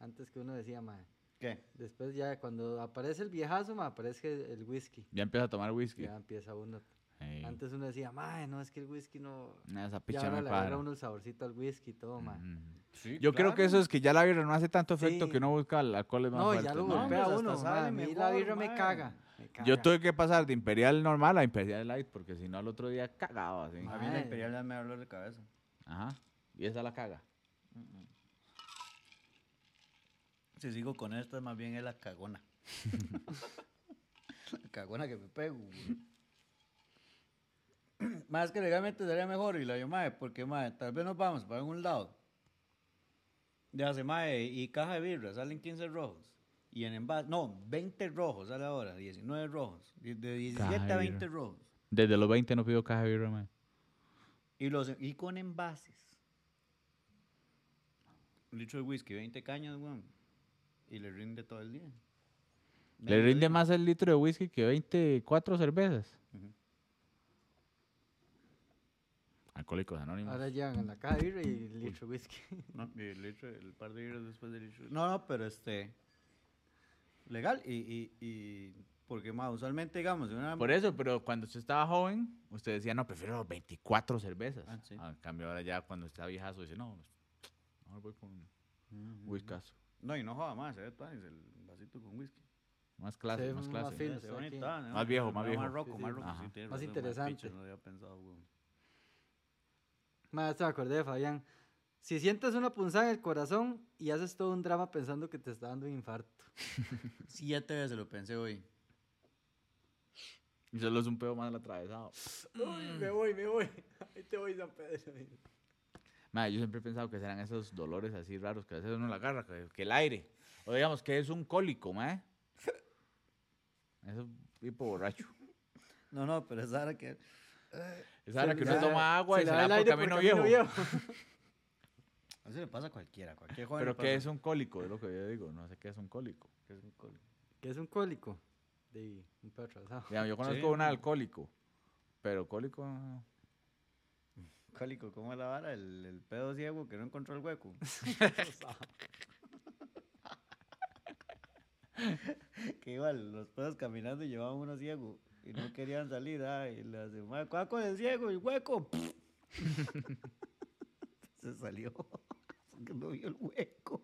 Speaker 1: Antes que uno decía, mae.
Speaker 3: ¿Qué?
Speaker 1: Después ya, cuando aparece el viejazo, mae, aparece el whisky.
Speaker 2: Ya empieza a tomar whisky.
Speaker 1: Ya empieza uno.
Speaker 2: Ey.
Speaker 1: Antes uno decía, mae, no, es que el whisky no...
Speaker 2: Nah, esa
Speaker 1: Y
Speaker 2: picha no
Speaker 1: ahora
Speaker 2: me
Speaker 1: le agarra
Speaker 2: cuadra.
Speaker 1: uno el saborcito al whisky y todo, mae.
Speaker 2: Ujú. Yo creo que
Speaker 3: claro.
Speaker 2: eso es que ya la birra no hace tanto efecto
Speaker 1: Sí.
Speaker 2: que uno busca al- alcoholes más
Speaker 1: No, ya
Speaker 2: fuertes,
Speaker 1: lo
Speaker 2: mae.
Speaker 1: golpea
Speaker 3: Vamos,
Speaker 1: uno,
Speaker 3: pues, hasta
Speaker 1: mae.
Speaker 3: sabe
Speaker 1: A mí la
Speaker 3: mejor,
Speaker 1: birra me
Speaker 3: mae.
Speaker 1: caga, me
Speaker 2: Yo
Speaker 1: caga.
Speaker 2: tuve que pasar de Imperial normal a Imperial Light porque si no al otro día cagaba así.
Speaker 3: A mí la
Speaker 1: Mae.
Speaker 3: imperial ya me da dolor de cabeza.
Speaker 2: Ajá. Y esa la caga.
Speaker 3: Si sigo con esta, más bien es la cagona. la cagona que me pego. güey. Más que legalmente sería mejor. Y la yo, mae, porque mae, tal vez nos vamos para algún lado. Ya se mae, y caja de birra, salen 15 rojos. Y en envase, no, 20 rojos sale ahora, 19 rojos. De de 17
Speaker 2: Caja de
Speaker 3: a
Speaker 2: birra.
Speaker 3: 20 rojos.
Speaker 2: Desde los 20 no pido caja de birra, mae.
Speaker 3: Y, los, y con envases. Un litro de whisky, 20 cañas, weón. Y le rinde todo el día.
Speaker 2: Le
Speaker 3: Medio
Speaker 2: rinde
Speaker 3: día.
Speaker 2: más el litro de whisky que 24 cervezas.
Speaker 3: Ujú.
Speaker 2: A Alcohólicos Anónimos.
Speaker 1: Ahora llevan a la caja de birra y litro de whisky.
Speaker 3: No, y el, litro- el par de libros después del litro. No, no, pero este. Legal. Y, y, y porque, más usualmente, digamos, en una.
Speaker 2: Por eso, pero cuando usted estaba joven, usted decía, no, prefiero 24 cervezas.
Speaker 3: Ah, sí.
Speaker 2: En cambio, ahora ya cuando está viejazo, dice, no, mejor voy con un whiskas.
Speaker 3: No, y no joda más, se ve tuanis el vasito con whisky.
Speaker 2: Más clase,
Speaker 1: ve
Speaker 2: más
Speaker 1: más
Speaker 2: clase.
Speaker 1: Sí,
Speaker 3: Se
Speaker 1: no
Speaker 3: ve
Speaker 1: sé,
Speaker 3: bonito,
Speaker 1: aquí.
Speaker 3: ah, ¿no?
Speaker 2: Más viejo,
Speaker 3: Se
Speaker 2: más
Speaker 3: ve
Speaker 2: viejo.
Speaker 3: Más roco,
Speaker 1: Sí,
Speaker 3: más
Speaker 1: sí.
Speaker 3: roco,
Speaker 2: Ajá.
Speaker 3: sí, tiene
Speaker 1: Más
Speaker 3: razón,
Speaker 1: interesante.
Speaker 3: picho, no lo había pensado, weón.
Speaker 1: Más se me acordé de Fabián. Si sientes una punzada en el corazón y haces todo un drama pensando que te está dando un infarto.
Speaker 3: Siete veces lo pensé hoy.
Speaker 2: Y solo es un pedo más al atravesado.
Speaker 1: Uy, me voy, me voy. Ahí te voy, San Pedro.
Speaker 2: Madre, yo siempre he pensado que serán esos dolores así raros que a veces uno la agarra, que, que el aire. O digamos que es un cólico, mae. Eso tipo borracho.
Speaker 3: No, no, pero es ahora que.
Speaker 2: Es ahora que uno toma agua y se la da por camino, viejo.
Speaker 3: Así le pasa a cualquiera, cualquier joven.
Speaker 2: Pero
Speaker 3: le
Speaker 1: pues
Speaker 2: que
Speaker 3: pasa.
Speaker 2: es un cólico, es lo que yo digo. No sé qué es un cólico.
Speaker 3: Que es un col-
Speaker 1: ¿Qué es un cólico? De un perro atrasado.
Speaker 2: Digamos, yo conozco
Speaker 1: pues
Speaker 2: un alcohólico, pero cólico... no.
Speaker 3: Cólico, ¿cómo es la vara? El, el pedo ciego que no encontró el hueco. que igual, los pedos caminando y llevaban uno ciego. Y no querían salir, ah, y le hace, "Ma, ¿cuál con el ciego? Y hueco. Se salió. Porque no vio el hueco.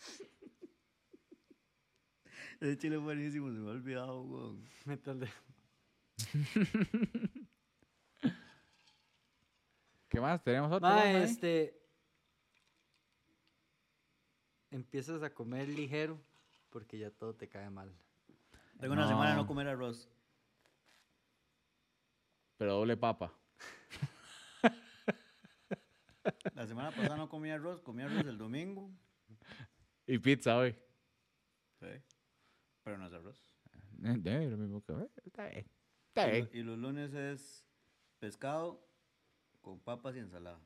Speaker 3: El chile es buenísimo, se me ha olvidado, weón.
Speaker 1: Metal de-
Speaker 2: ¿Qué más? ¿Tenemos otro?
Speaker 1: Ma,
Speaker 2: mae?
Speaker 1: este. Empiezas a comer ligero porque ya todo te cae mal.
Speaker 3: Tengo una semana de no
Speaker 2: No.
Speaker 3: comer arroz.
Speaker 2: Pero doble papa.
Speaker 3: La semana pasada no comí arroz, comí arroz el domingo.
Speaker 2: Y pizza hoy.
Speaker 3: Sí. Pero no es arroz.
Speaker 2: Eh, eh, lo mismo que... eh, Está bien. Está
Speaker 3: Y lo-
Speaker 2: bien.
Speaker 3: Y los lunes es pescado con papas y ensalada.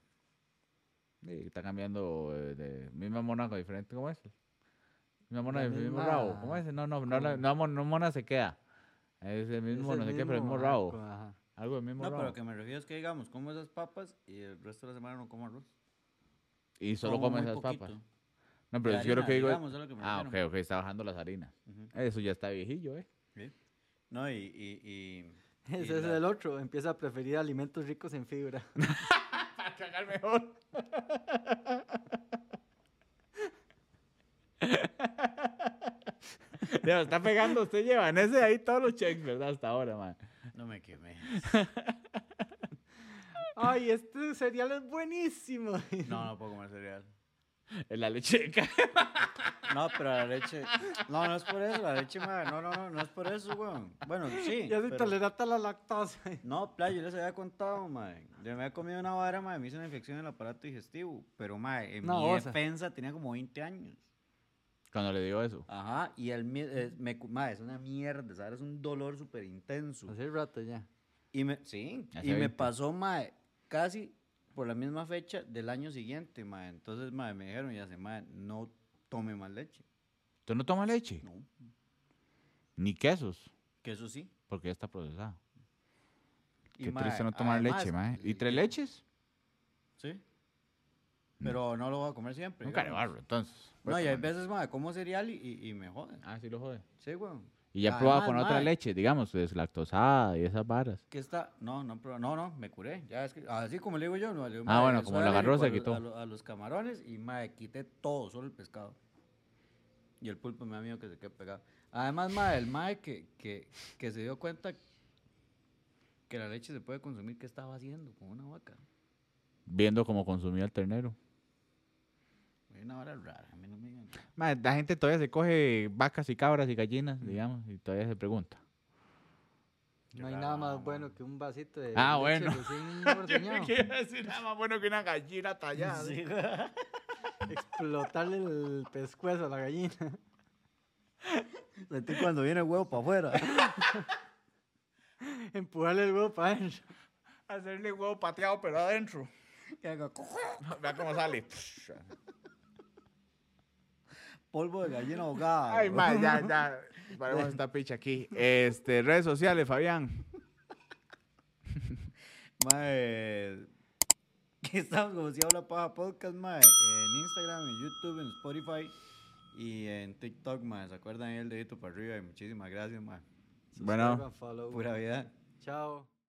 Speaker 2: Sí, está cambiando eh, de misma mona con diferente, ¿cómo es? Misma mona,
Speaker 1: La
Speaker 2: el mismo rabo, ¿cómo
Speaker 1: misma
Speaker 2: es? No, no, no, la- no, mon- no mona se queda. Es el
Speaker 1: Es
Speaker 2: mismo,
Speaker 1: el
Speaker 2: no sé qué, pero el mismo
Speaker 1: mismo
Speaker 2: rabo.
Speaker 1: arco, ajá.
Speaker 2: Algo del mismo
Speaker 3: No, pero
Speaker 2: rabo.
Speaker 3: a que me refiero es que digamos, como esas papas y el resto de la semana no como arroz.
Speaker 2: Y solo
Speaker 3: Como
Speaker 2: come
Speaker 3: muy
Speaker 2: esas papas.
Speaker 3: poquito.
Speaker 2: No, pero
Speaker 3: De
Speaker 2: yo lo que
Speaker 3: harina,
Speaker 2: digo es-
Speaker 3: digamos, es lo que me
Speaker 2: Ah, ok,
Speaker 3: refiero.
Speaker 2: ok, está bajando las harinas.
Speaker 3: Ujú.
Speaker 2: Eso ya está viejillo, ¿eh?
Speaker 3: Sí. No, y... y, y- y
Speaker 1: Ese es
Speaker 3: la-
Speaker 1: el otro. Empieza a preferir alimentos ricos en fibra.
Speaker 2: Para cagar mejor. Ya, está pegando, usted lleva en ese ahí todos los checks, ¿verdad? Hasta ahora, man.
Speaker 3: No me quemé.
Speaker 1: Ay, este cereal es buenísimo.
Speaker 3: No, no puedo comer cereal.
Speaker 2: En la leche de ca-
Speaker 3: No, pero la leche... No, no es por eso, la leche, ma, No, no, no, no es por eso, weón. Bueno, sí.
Speaker 1: ya soy
Speaker 3: pero-
Speaker 1: tolerante a la lactosa.
Speaker 3: No, playa, yo les había contado, mae. Yo me había comido una vara, mae, me hizo una infección en el aparato digestivo. Pero, mae, en
Speaker 1: Una
Speaker 3: mi
Speaker 1: osa.
Speaker 3: defensa tenía como 20 años.
Speaker 2: Cuando le digo eso.
Speaker 3: Ajá, y el mi- eh, me, cu- mae, es una mierda, ¿sabes? Es un dolor súper intenso.
Speaker 1: Hace rato ya.
Speaker 3: Y me, sí,
Speaker 2: ¿Ah, Hace
Speaker 3: y me
Speaker 2: 20.
Speaker 3: pasó, mae, casi por la misma fecha del año siguiente, mae. Entonces, mae, me dijeron, ya sé, mae, no tome más leche.
Speaker 2: ¿Tú no tomas leche?
Speaker 3: No,
Speaker 2: Ni quesos,
Speaker 3: que eso sí.
Speaker 2: porque ya está procesado.
Speaker 3: Y,
Speaker 2: Qué
Speaker 3: mae,
Speaker 2: triste no tomar
Speaker 3: además,
Speaker 2: leche, mae. ¿Y
Speaker 3: el
Speaker 2: tres
Speaker 3: que-
Speaker 2: leches?
Speaker 3: Sí. Pero no lo voy a comer siempre.
Speaker 2: Mm. Nunca le
Speaker 3: digamos.
Speaker 2: barro, entonces.
Speaker 3: No,
Speaker 2: Pues,
Speaker 3: y hay
Speaker 2: man.
Speaker 3: veces, madre, como cereal y, y, y me joden.
Speaker 2: Ah, sí lo jode.
Speaker 3: Sí, weón.
Speaker 2: Y ya probaba
Speaker 3: Además,
Speaker 2: con otra
Speaker 3: mae,
Speaker 2: leche, digamos, deslactosada y esas varas.
Speaker 3: Que está, no, no, proba- no, no, me curé. Ya es que, así como le digo yo, no, le digo,
Speaker 2: Ah,
Speaker 3: "Mae,
Speaker 2: bueno,
Speaker 3: soy
Speaker 2: como lo agarró,
Speaker 3: alérgico
Speaker 2: se quitó.
Speaker 3: a los- A, lo- a los camarones y, madre, quité todo, solo el pescado. Y el pulpo me da miedo que se quede pegado. Además, madre, el madre que, que, que se dio cuenta que la leche se puede consumir, ¿qué estaba haciendo con una vaca?
Speaker 2: Viendo cómo consumía el ternero.
Speaker 3: Es una hora rara, a mí no me digan. nada.
Speaker 2: Mae, la gente todavía se coge vacas y cabras y
Speaker 3: Mm.
Speaker 2: gallinas, digamos, y todavía se pregunta.
Speaker 1: No hay nada más bueno que un vasito de
Speaker 2: Ah,
Speaker 1: leche
Speaker 2: bueno.
Speaker 1: recién ordeñado.
Speaker 2: decir nada más bueno que una gallina tallada.
Speaker 3: Sí,
Speaker 1: Explotarle el pescuezo a la gallina.
Speaker 3: Sentí cuando viene el huevo para afuera.
Speaker 1: Empujarle el huevo para adentro.
Speaker 2: Hacerle huevo pateado, pero adentro.
Speaker 3: que haga
Speaker 2: Vea cómo sale.
Speaker 3: polvo de gallina ahogada.
Speaker 2: Ay,
Speaker 3: weón.
Speaker 2: ma, ya, ya. Paremos esta picha aquí. Este, redes sociales, Fabián.
Speaker 3: Mae. Que estamos como si habla paja podcast, mae. En Instagram, en YouTube, en Spotify y en TikTok, mae. ¿Se acuerdan ahí el dedito para arriba? Y muchísimas gracias, mae.
Speaker 2: Bueno.
Speaker 1: Suscriban, follow.
Speaker 3: Pura vida.
Speaker 1: Chao.